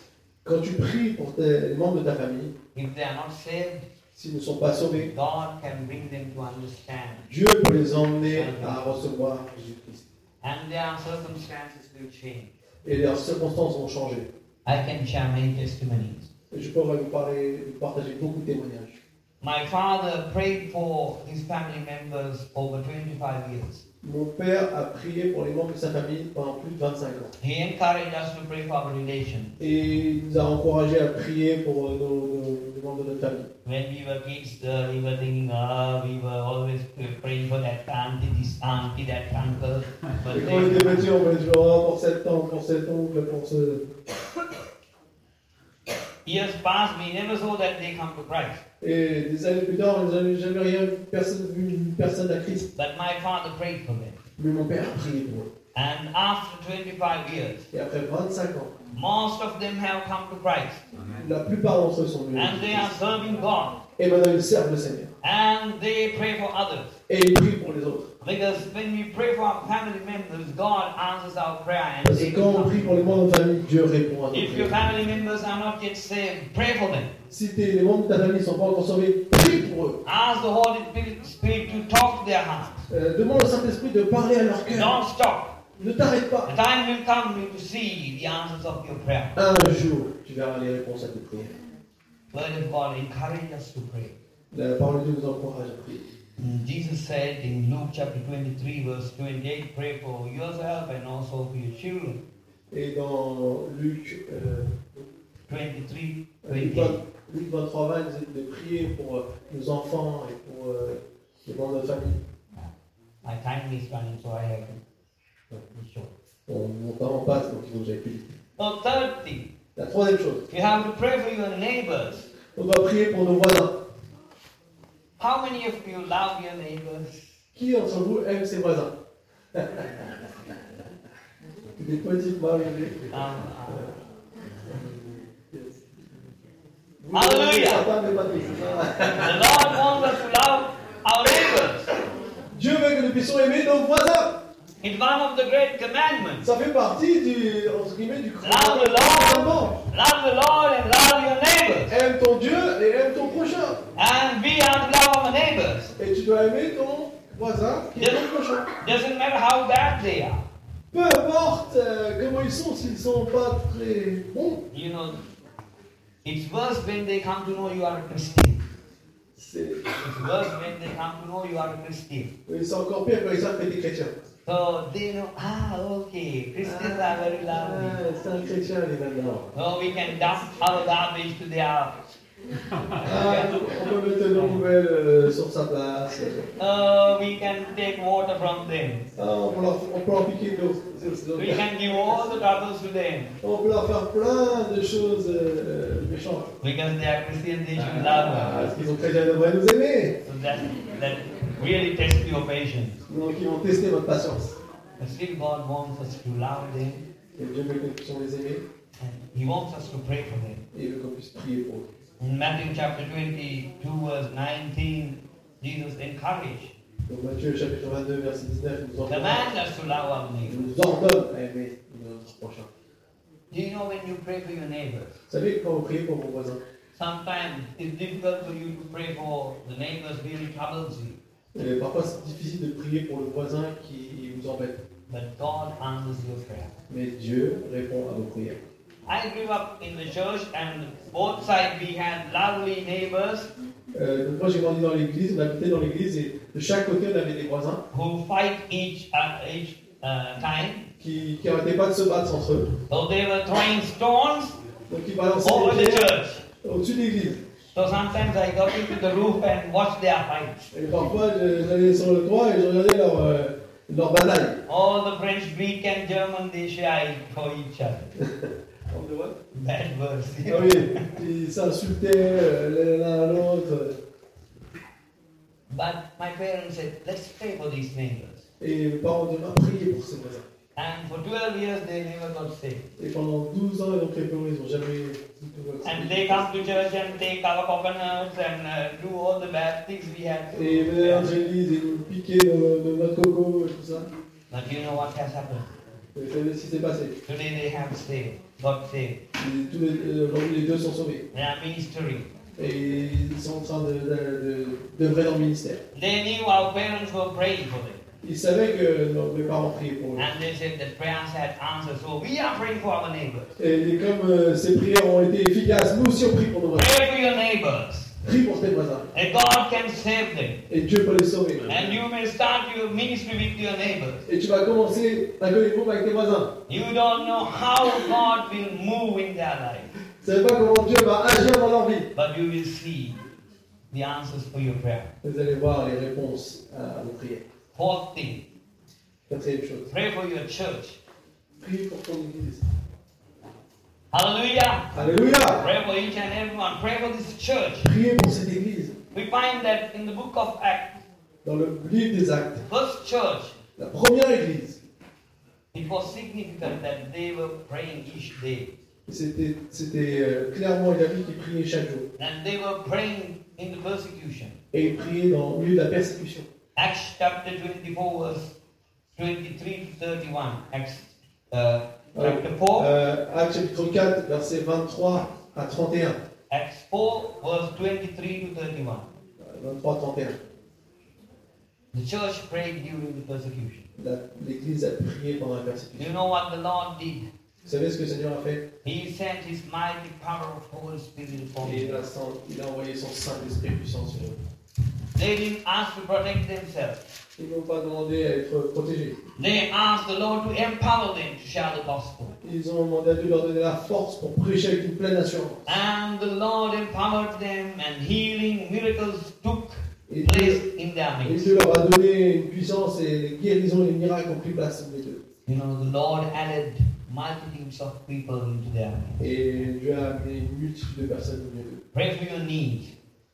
Speaker 1: Quand tu pries pour tes- les membres de ta famille,
Speaker 3: if they are not saved,
Speaker 1: s'ils ne sont pas sauvés,
Speaker 3: God can bring them to understand
Speaker 1: Dieu peut les emmener à recevoir Jésus-Christ.
Speaker 3: and their circumstances will change.
Speaker 1: Et leurs circonstances vont changer.
Speaker 3: I can share many testimonies.
Speaker 1: Et je pourrais vous, parler, vous partager beaucoup de témoignages.
Speaker 3: My father prayed for his family members over 25 years.
Speaker 1: Mon père a prié pour les membres de sa famille pendant plus de 25 ans.
Speaker 3: He encouraged us to pray for our relation.
Speaker 1: Et il nous a encouragés à prier pour euh, nos, nos- les membres de notre famille.
Speaker 3: When we were kids, uh, we were thinking, ah, we were always praying for that auntie, this auntie, that uncle. But
Speaker 1: Et quand on était
Speaker 3: then,
Speaker 1: petits, on voulait toujours Ah, pour cet oncle, pour cet oncle, pour ce.
Speaker 3: years passed, we never saw that they come to Christ.
Speaker 1: Et des années plus tard, on n'avait jamais rien, personne, vu une personne à Christ.
Speaker 3: But my father prayed for them.
Speaker 1: Mais mon père a prié pour eux.
Speaker 3: And after 25 years,
Speaker 1: Et après 25 ans,
Speaker 3: Most of them have come to Christ
Speaker 1: La plupart d'entre eux sont venus.
Speaker 3: and they are serving God
Speaker 1: Et maintenant, ils servent le Seigneur.
Speaker 3: and they pray for others.
Speaker 1: Et ils prient pour les autres.
Speaker 3: Because when we pray for our family members, God answers our prayer and
Speaker 1: Parce
Speaker 3: they
Speaker 1: que quand
Speaker 3: will
Speaker 1: on prie
Speaker 3: come.
Speaker 1: pour les membres de famille, Dieu répond à nos
Speaker 3: If your
Speaker 1: prières.
Speaker 3: family members are not yet saved, pray for them.
Speaker 1: Si tes- les membres de ta famille ne sont pas encore sauvés, prie pour eux.
Speaker 3: Ask the Holy Spirit- Spirit to talk to their hearts.
Speaker 1: Euh, demande au Saint-Esprit de parler à leur cœur.
Speaker 3: Don't stop.
Speaker 1: Ne t'arrête
Speaker 3: The
Speaker 1: pas.
Speaker 3: time will come you to see the answers of your prayer.
Speaker 1: Un jour, tu verras les réponses à tes prières.
Speaker 3: Word of God, encourage us to pray.
Speaker 1: La parole de Dieu nous encourage à prier.
Speaker 3: Mm, Jesus said in Luke chapter 23, verse 28, pray for yourself and also for your children.
Speaker 1: Et dans Luc, euh,
Speaker 3: 23,
Speaker 1: Luc
Speaker 3: 28.
Speaker 1: 23, va nous dit de prier pour euh, nos enfants et pour euh, les membres de la famille.
Speaker 3: My time is running, so I have to be short.
Speaker 1: Bon, mon temps en passe, donc ils ont déjà pu.
Speaker 3: Now, third thing,
Speaker 1: La troisième chose,
Speaker 3: you have to pray for your neighbors.
Speaker 1: on doit prier pour nos voisins.
Speaker 3: How many of you love your neighbors?
Speaker 1: Qui d'entre vous aime ses voisins Des petites mains levées.
Speaker 3: Um,
Speaker 1: Yes.
Speaker 3: Alléluia.
Speaker 1: Attends, mais pas tous, c'est ça.
Speaker 3: uh, the Lord wants us to love our neighbors.
Speaker 1: Dieu veut que nous puissions aimer nos voisins.
Speaker 3: It's one of the great commandments.
Speaker 1: Ça fait partie du, entre guillemets, du
Speaker 3: Love the
Speaker 1: commandement.
Speaker 3: Lord, love the Lord, and love your neighbors.
Speaker 1: Aime ton Dieu et aime ton prochain.
Speaker 3: And we are to love our neighbors.
Speaker 1: Et tu dois aimer ton voisin qui est ton prochain.
Speaker 3: Doesn't matter how bad they are.
Speaker 1: Peu importe euh, comment ils sont, s'ils sont pas très bons,
Speaker 3: You know, it's worse when they come to know you are a Christian.
Speaker 1: c'est
Speaker 3: It's worse when they come to know you are a Christian.
Speaker 1: oui, c'est encore pire quand ils savent que t'es chrétien.
Speaker 3: So they know, ah, okay, Christians are very
Speaker 1: Ah,
Speaker 3: lovely.
Speaker 1: c'est un chrétien, les maintenant.
Speaker 3: So we can dump our garbage to their.
Speaker 1: Ah, on peut mettre nos nouvelles euh, sur sa place. Euh,
Speaker 3: Uh, we can take water from them.
Speaker 1: Ah, on, peut leur, on peut leur piquer de l'eau. C'est- c'est
Speaker 3: We
Speaker 1: autre.
Speaker 3: can give all the troubles to them.
Speaker 1: On peut leur faire plein de choses euh, méchantes.
Speaker 3: Because they are Christians, they should love
Speaker 1: Ah,
Speaker 3: us.
Speaker 1: parce qu'ils sont chrétiens, ils devraient nous aimer.
Speaker 3: So that, that really tests your patience.
Speaker 1: Donc ils vont tester votre patience.
Speaker 3: But still, God wants us to love them.
Speaker 1: Et Dieu veut que nous puissions les aimer
Speaker 3: And He wants us to pray for them.
Speaker 1: et il veut qu'on puisse prier pour eux.
Speaker 3: In Matthew chapter 22, verse 19, Jesus encouraged,
Speaker 1: Donc Matthieu chapitre 22, verset 19, il nous ordonne,
Speaker 3: command us to love our
Speaker 1: il
Speaker 3: neighbor.
Speaker 1: nous ordonne à aimer notre prochain.
Speaker 3: Do you know when you pray for your neighbors?
Speaker 1: Vous savez, quand vous priez pour vos voisins,
Speaker 3: Sometimes it's difficult for you to pray for the neighbors really troubles you.
Speaker 1: euh, parfois c'est difficile de prier pour le voisin qui vous embête.
Speaker 3: But God answers your prayer.
Speaker 1: Mais Dieu répond à vos prières.
Speaker 3: I grew up in the church and both sides we had lovely neighbors
Speaker 1: Euh, donc moi j'ai grandi dans l'église, on habitait dans l'église et de chaque côté on avait des voisins
Speaker 3: who fight each uh, each uh, time.
Speaker 1: qui qui arrêtaient pas de se battre entre eux.
Speaker 3: So they were throwing stones
Speaker 1: Donc ils balançaient
Speaker 3: over
Speaker 1: des
Speaker 3: the
Speaker 1: pierres
Speaker 3: church.
Speaker 1: au-dessus de l'église.
Speaker 3: So sometimes I got into the roof and watched their fights.
Speaker 1: Et parfois je- j'allais sur le toit et je regardais leur, euh, leur bataille.
Speaker 3: All the French, Greek, and German they shared for each other. Bad words.
Speaker 1: Ah oui, ils s'insultaient euh, l'un à l'autre.
Speaker 3: but my parents said, "Let's pray for these neighbors."
Speaker 1: Et mes parents devaient prier pour ces voisins.
Speaker 3: And for 12 years they never got saved.
Speaker 1: Et pendant 12 ans, ils ont préparé, ils n'ont jamais.
Speaker 3: And they come to church and take our coconuts and uh, do all the bad things we had. to
Speaker 1: Et ils
Speaker 3: do.
Speaker 1: venaient dans l'église et nous piquaient euh, de, de notre coco et tout ça.
Speaker 3: But you know what has happened?
Speaker 1: Et vous savez ce qui s'est passé
Speaker 3: Today they have saved, got saved.
Speaker 1: Et tous les- euh, Aujourd'hui, les deux sont sauvés.
Speaker 3: They are ministering.
Speaker 1: Et ils sont en train de, de, de, d'œuvrer dans le ministère.
Speaker 3: They knew our parents were praying for them.
Speaker 1: Ils savaient que nos- mes parents priaient pour eux.
Speaker 3: And they said that prayers had answers. So we are praying for our neighbors.
Speaker 1: Et, comme euh, ces prières ont été efficaces, nous aussi on prie pour nos voisins.
Speaker 3: Pray for your neighbors.
Speaker 1: Prie pour tes voisins.
Speaker 3: And God can save them.
Speaker 1: Et Dieu peut les sauver.
Speaker 3: And you may start your ministry with your neighbors.
Speaker 1: Et tu vas commencer ta communion avec tes voisins.
Speaker 3: You don't know how God will move in their life.
Speaker 1: Tu ne savais pas comment Dieu va agir dans leur vie.
Speaker 3: But you will see the answers for your prayer.
Speaker 1: Vous allez voir les réponses à vos prières.
Speaker 3: Fourth thing,
Speaker 1: Quatrième chose.
Speaker 3: pray for your church.
Speaker 1: Prie pour ton église.
Speaker 3: Hallelujah.
Speaker 1: Alléluia.
Speaker 3: Pray for each and everyone. Pray for this church.
Speaker 1: Priez pour cette église.
Speaker 3: We find that in the book of Acts,
Speaker 1: Dans le livre des actes,
Speaker 3: first church,
Speaker 1: la première église,
Speaker 3: it was significant that they were praying each day.
Speaker 1: C'était c'était, euh, clairement une famille qui priait chaque jour.
Speaker 3: and they were praying in the persecution.
Speaker 1: Et ils priaient dans, au milieu de la persécution.
Speaker 3: Acts chapter 24, verse 23 to 31. Acts uh, chapter 4,
Speaker 1: Euh, Actes chapitre 4, versets 23 à 31.
Speaker 3: Acts 4, verse 23 to 31.
Speaker 1: Euh, 23 à 31.
Speaker 3: The church prayed during the persecution.
Speaker 1: La- L'Église a prié pendant la
Speaker 3: Do
Speaker 1: persécution.
Speaker 3: you know what the Lord did?
Speaker 1: Vous savez ce que le Seigneur a fait
Speaker 3: He sent His mighty power of Holy Spirit upon
Speaker 1: Et
Speaker 3: them.
Speaker 1: il a, sent- il a envoyé son Saint-Esprit puissant sur eux.
Speaker 3: They didn't ask to protect themselves.
Speaker 1: Ils n'ont pas demandé à être protégés.
Speaker 3: They asked the Lord to empower them to share the gospel.
Speaker 1: Ils ont demandé à Dieu de leur donner la force pour prêcher avec une pleine assurance.
Speaker 3: And the Lord empowered them, and healing miracles took
Speaker 1: Et
Speaker 3: place
Speaker 1: Dieu,
Speaker 3: in their
Speaker 1: et
Speaker 3: midst.
Speaker 1: Dieu leur a donné une puissance et les guérisons et les miracles ont pris place entre les deux.
Speaker 3: You know, the Lord added multitudes of people into their midst.
Speaker 1: Et Dieu a amené une multitude de personnes au milieu d'eux.
Speaker 3: Pray for your needs.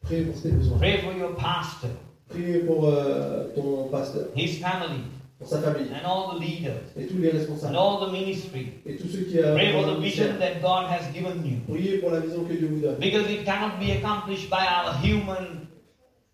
Speaker 1: Priez pour tes besoins.
Speaker 3: Pray for your pastor,
Speaker 1: Priez pour euh, ton pasteur,
Speaker 3: his family,
Speaker 1: pour sa famille
Speaker 3: and all the leaders,
Speaker 1: et tous les
Speaker 3: and
Speaker 1: responsables
Speaker 3: all the ministry.
Speaker 1: et tous ceux qui euh,
Speaker 3: Pray for the vision
Speaker 1: ministère.
Speaker 3: that God has given you.
Speaker 1: Priez pour la vision que Dieu vous donne.
Speaker 3: Because it cannot be accomplished by our human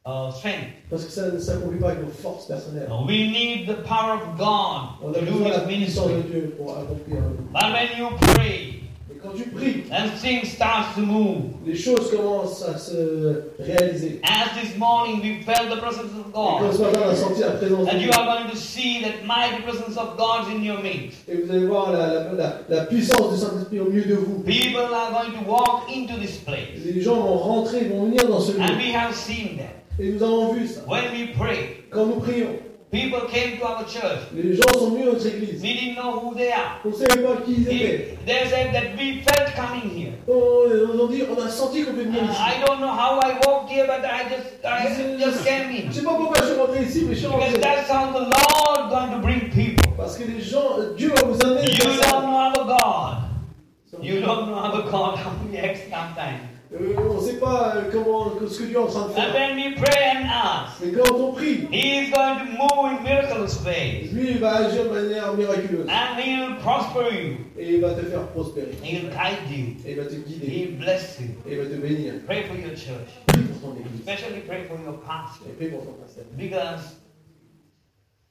Speaker 3: uh, strength.
Speaker 1: Parce que ça ne s'accomplit pas avec nos forces personnelles.
Speaker 3: No, we need the power of God
Speaker 1: On
Speaker 3: to
Speaker 1: a
Speaker 3: do
Speaker 1: besoin de la
Speaker 3: his
Speaker 1: puissance de
Speaker 3: ministry.
Speaker 1: Dieu pour accomplir.
Speaker 3: But when you pray
Speaker 1: Et quand tu pries,
Speaker 3: and things starts to move,
Speaker 1: les choses commencent à se réaliser.
Speaker 3: as this morning we felt the presence of
Speaker 1: Et que
Speaker 3: God,
Speaker 1: ce matin, on a senti la présence de
Speaker 3: Oh. And
Speaker 1: Dieu.
Speaker 3: you are going to see that mighty presence of God in your midst.
Speaker 1: Et vous allez voir la, la- la- la puissance du Saint-Esprit au milieu de vous.
Speaker 3: People are going to walk into this place.
Speaker 1: Les gens vont rentrer, vont venir dans ce
Speaker 3: And
Speaker 1: lieu.
Speaker 3: we have seen that.
Speaker 1: Et nous avons vu ça.
Speaker 3: When we pray,
Speaker 1: Quand nous prions,
Speaker 3: people came to our church.
Speaker 1: les gens sont venus à notre église.
Speaker 3: We didn't know who they are.
Speaker 1: On ne savait pas qui ils étaient.
Speaker 3: They they said that we felt coming here.
Speaker 1: On, on, dit, on a senti qu'on peut
Speaker 3: And
Speaker 1: venir ici.
Speaker 3: I don't know how I walked here, but I just I Ah, just came
Speaker 1: Je ne
Speaker 3: in.
Speaker 1: sais pas pourquoi je suis rentré ici, mais je suis rentré.
Speaker 3: Because that's how the Lord going to bring people.
Speaker 1: Parce que les gens, euh, Dieu va vous amener dans
Speaker 3: You don't
Speaker 1: ça.
Speaker 3: know our God. You don't know our God how we act sometimes.
Speaker 1: Euh, on ne sait pas euh, comment, ce que Dieu est en train de
Speaker 3: And
Speaker 1: faire.
Speaker 3: when we pray and ask,
Speaker 1: Mais quand on prie,
Speaker 3: He is going to move in miraculous ways.
Speaker 1: lui, il va agir de manière miraculeuse.
Speaker 3: And he will prosper you.
Speaker 1: Et il va te faire prospérer.
Speaker 3: He will guide you.
Speaker 1: Et il va te guider.
Speaker 3: He will bless you.
Speaker 1: Et il va te bénir.
Speaker 3: Pray for your church.
Speaker 1: Prie pour ton église.
Speaker 3: Especially pray for your pastor.
Speaker 1: Et prie pour ton pasteur.
Speaker 3: Because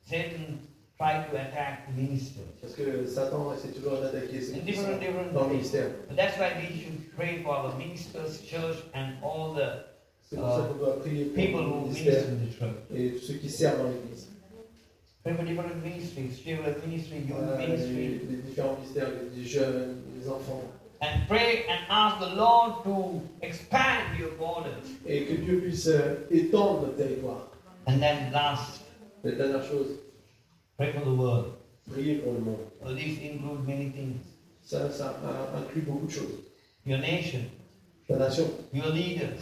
Speaker 3: Satan tried to attack ministers.
Speaker 1: Parce que Satan essaie toujours d'attaquer ceux
Speaker 3: In
Speaker 1: qui sont
Speaker 3: different, different
Speaker 1: dans le
Speaker 3: ways.
Speaker 1: ministère.
Speaker 3: But that's why we should pray for our ministers, church, and all the
Speaker 1: C'est pour ça qu'on doit prier pour
Speaker 3: people
Speaker 1: le
Speaker 3: who minister
Speaker 1: ministère
Speaker 3: in the church.
Speaker 1: et ceux qui servent dans l'église.
Speaker 3: Pray for different ministries, children's ministry, youth
Speaker 1: Voilà, Euh, les,
Speaker 3: ministry.
Speaker 1: les différents ministères, les, les jeunes, les enfants.
Speaker 3: And pray and ask the Lord to expand your borders.
Speaker 1: Et que Dieu puisse euh, étendre notre territoire.
Speaker 3: And then last,
Speaker 1: La dernière chose,
Speaker 3: pray for the world.
Speaker 1: prier pour le monde.
Speaker 3: Well, these include many things.
Speaker 1: Ça, ça a- inclut beaucoup de choses.
Speaker 3: Your nation,
Speaker 1: La nation,
Speaker 3: your leaders,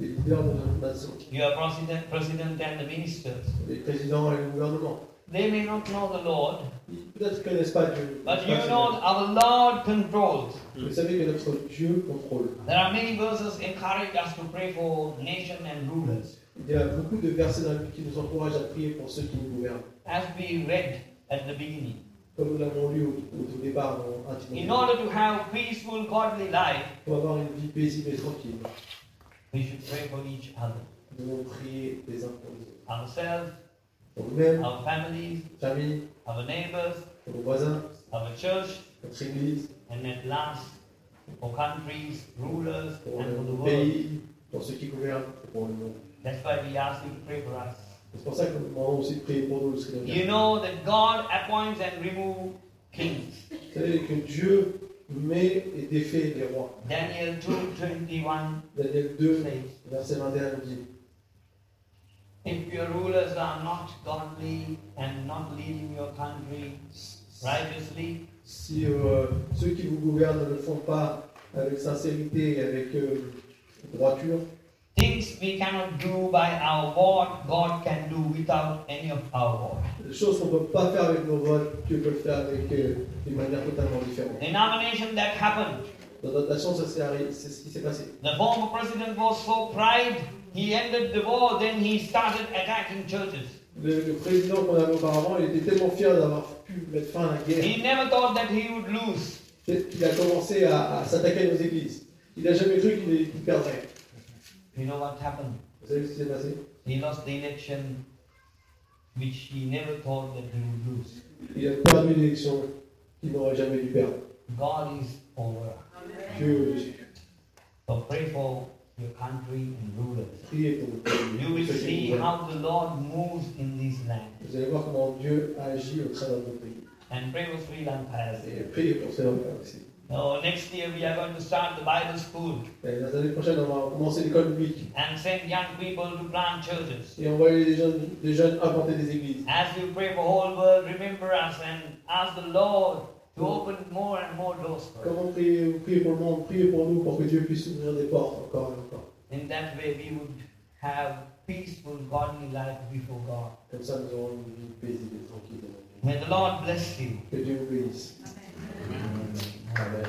Speaker 1: les leaders de notre nation,
Speaker 3: your president, president and the ministers.
Speaker 1: les présidents et le gouvernement.
Speaker 3: They may not know the Lord,
Speaker 1: Ils peut-être ne connaissent pas Dieu. Ils
Speaker 3: but you
Speaker 1: connaissent
Speaker 3: know our Lord controls.
Speaker 1: pas Dieu. Vous savez que notre Dieu contrôle.
Speaker 3: There are many verses encourage us to pray for nation and rulers.
Speaker 1: Il y a beaucoup de versets dans la Bible qui nous encouragent à prier pour ceux qui nous gouvernent.
Speaker 3: As we read at the beginning,
Speaker 1: Comme nous l'avons lu au, au tout départ en 1 Timothée.
Speaker 3: in order to have peaceful, godly life,
Speaker 1: Pour avoir une vie paisible et tranquille,
Speaker 3: we should pray for each other,
Speaker 1: nous devons prier les uns pour les autres.
Speaker 3: ourselves,
Speaker 1: Pour nous-mêmes,
Speaker 3: our families,
Speaker 1: notre famille,
Speaker 3: our neighbors,
Speaker 1: pour nos voisins,
Speaker 3: our church,
Speaker 1: notre église,
Speaker 3: and at last for countries, rulers,
Speaker 1: pour
Speaker 3: and for the
Speaker 1: nos
Speaker 3: world.
Speaker 1: pays, pour ceux qui gouvernent, et pour le monde.
Speaker 3: That's why we ask you to pray for us.
Speaker 1: C'est pour ça que nous demandons aussi de prier pour nous, le Sri Lanka.
Speaker 3: You know that God appoints and removes kings.
Speaker 1: Vous savez que Dieu met et défait les rois.
Speaker 3: Daniel 2 21
Speaker 1: Daniel 2,
Speaker 3: says,
Speaker 1: verset 21 nous dit
Speaker 3: If your rulers are not godly and not leading your country righteously,
Speaker 1: Si euh, ceux qui vous gouvernent ne le font pas avec sincérité et avec euh, droiture,
Speaker 3: things we cannot do by our word, God can do without any of our word.
Speaker 1: des choses qu'on ne peut pas faire avec nos votes, Dieu peut le faire avec euh, d'une manière totalement différente.
Speaker 3: The nomination that happened,
Speaker 1: Dans notre nation, ça s'est arrêté- c'est ce qui s'est passé.
Speaker 3: the former president was so pride, he ended the war, then he started attacking churches.
Speaker 1: Le, le président qu'on avait auparavant, il était tellement fier d'avoir pu mettre fin à la guerre.
Speaker 3: He never thought that he would lose.
Speaker 1: Peut-être qu'il a commencé à, à s'attaquer à nos églises. Il n'a jamais cru qu'il qu'il perdrait.
Speaker 3: You know what happened?
Speaker 1: Vous savez ce qui s'est passé
Speaker 3: He lost the election, which he never thought that he would lose.
Speaker 1: Il a perdu l'élection qu'il n'aurait jamais dû perdre.
Speaker 3: God is over.
Speaker 1: Dieu est Jésus.
Speaker 3: So pray for your country and rulers.
Speaker 1: Priez pour notre pays.
Speaker 3: You will
Speaker 1: Ceux qui
Speaker 3: see
Speaker 1: nous aiment.
Speaker 3: how the Lord moves in this land.
Speaker 1: Vous allez voir comment Dieu agit au travers de notre pays.
Speaker 3: And pray for Sri Lanka as
Speaker 1: Et
Speaker 3: well.
Speaker 1: priez pour cela aussi.
Speaker 3: Now, next year we are going to start the Bible school
Speaker 1: Et la semaine prochaine, on va commencer l'école biblique.
Speaker 3: and send young people to plant churches.
Speaker 1: Et envoyer les jeunes, les jeunes implanter des églises.
Speaker 3: As you pray for whole world, remember us and ask the Lord to open more and more doors for us.
Speaker 1: Comment prier, vous priez pour le monde, priez pour nous, pour que Dieu puisse ouvrir des portes encore et encore.
Speaker 3: In that way, we would have peaceful, godly life before God.
Speaker 1: Comme ça, nous aurons une vie paisible et tranquille.
Speaker 3: May the Lord bless you.
Speaker 1: Que Dieu vous bénisse.
Speaker 3: Amen.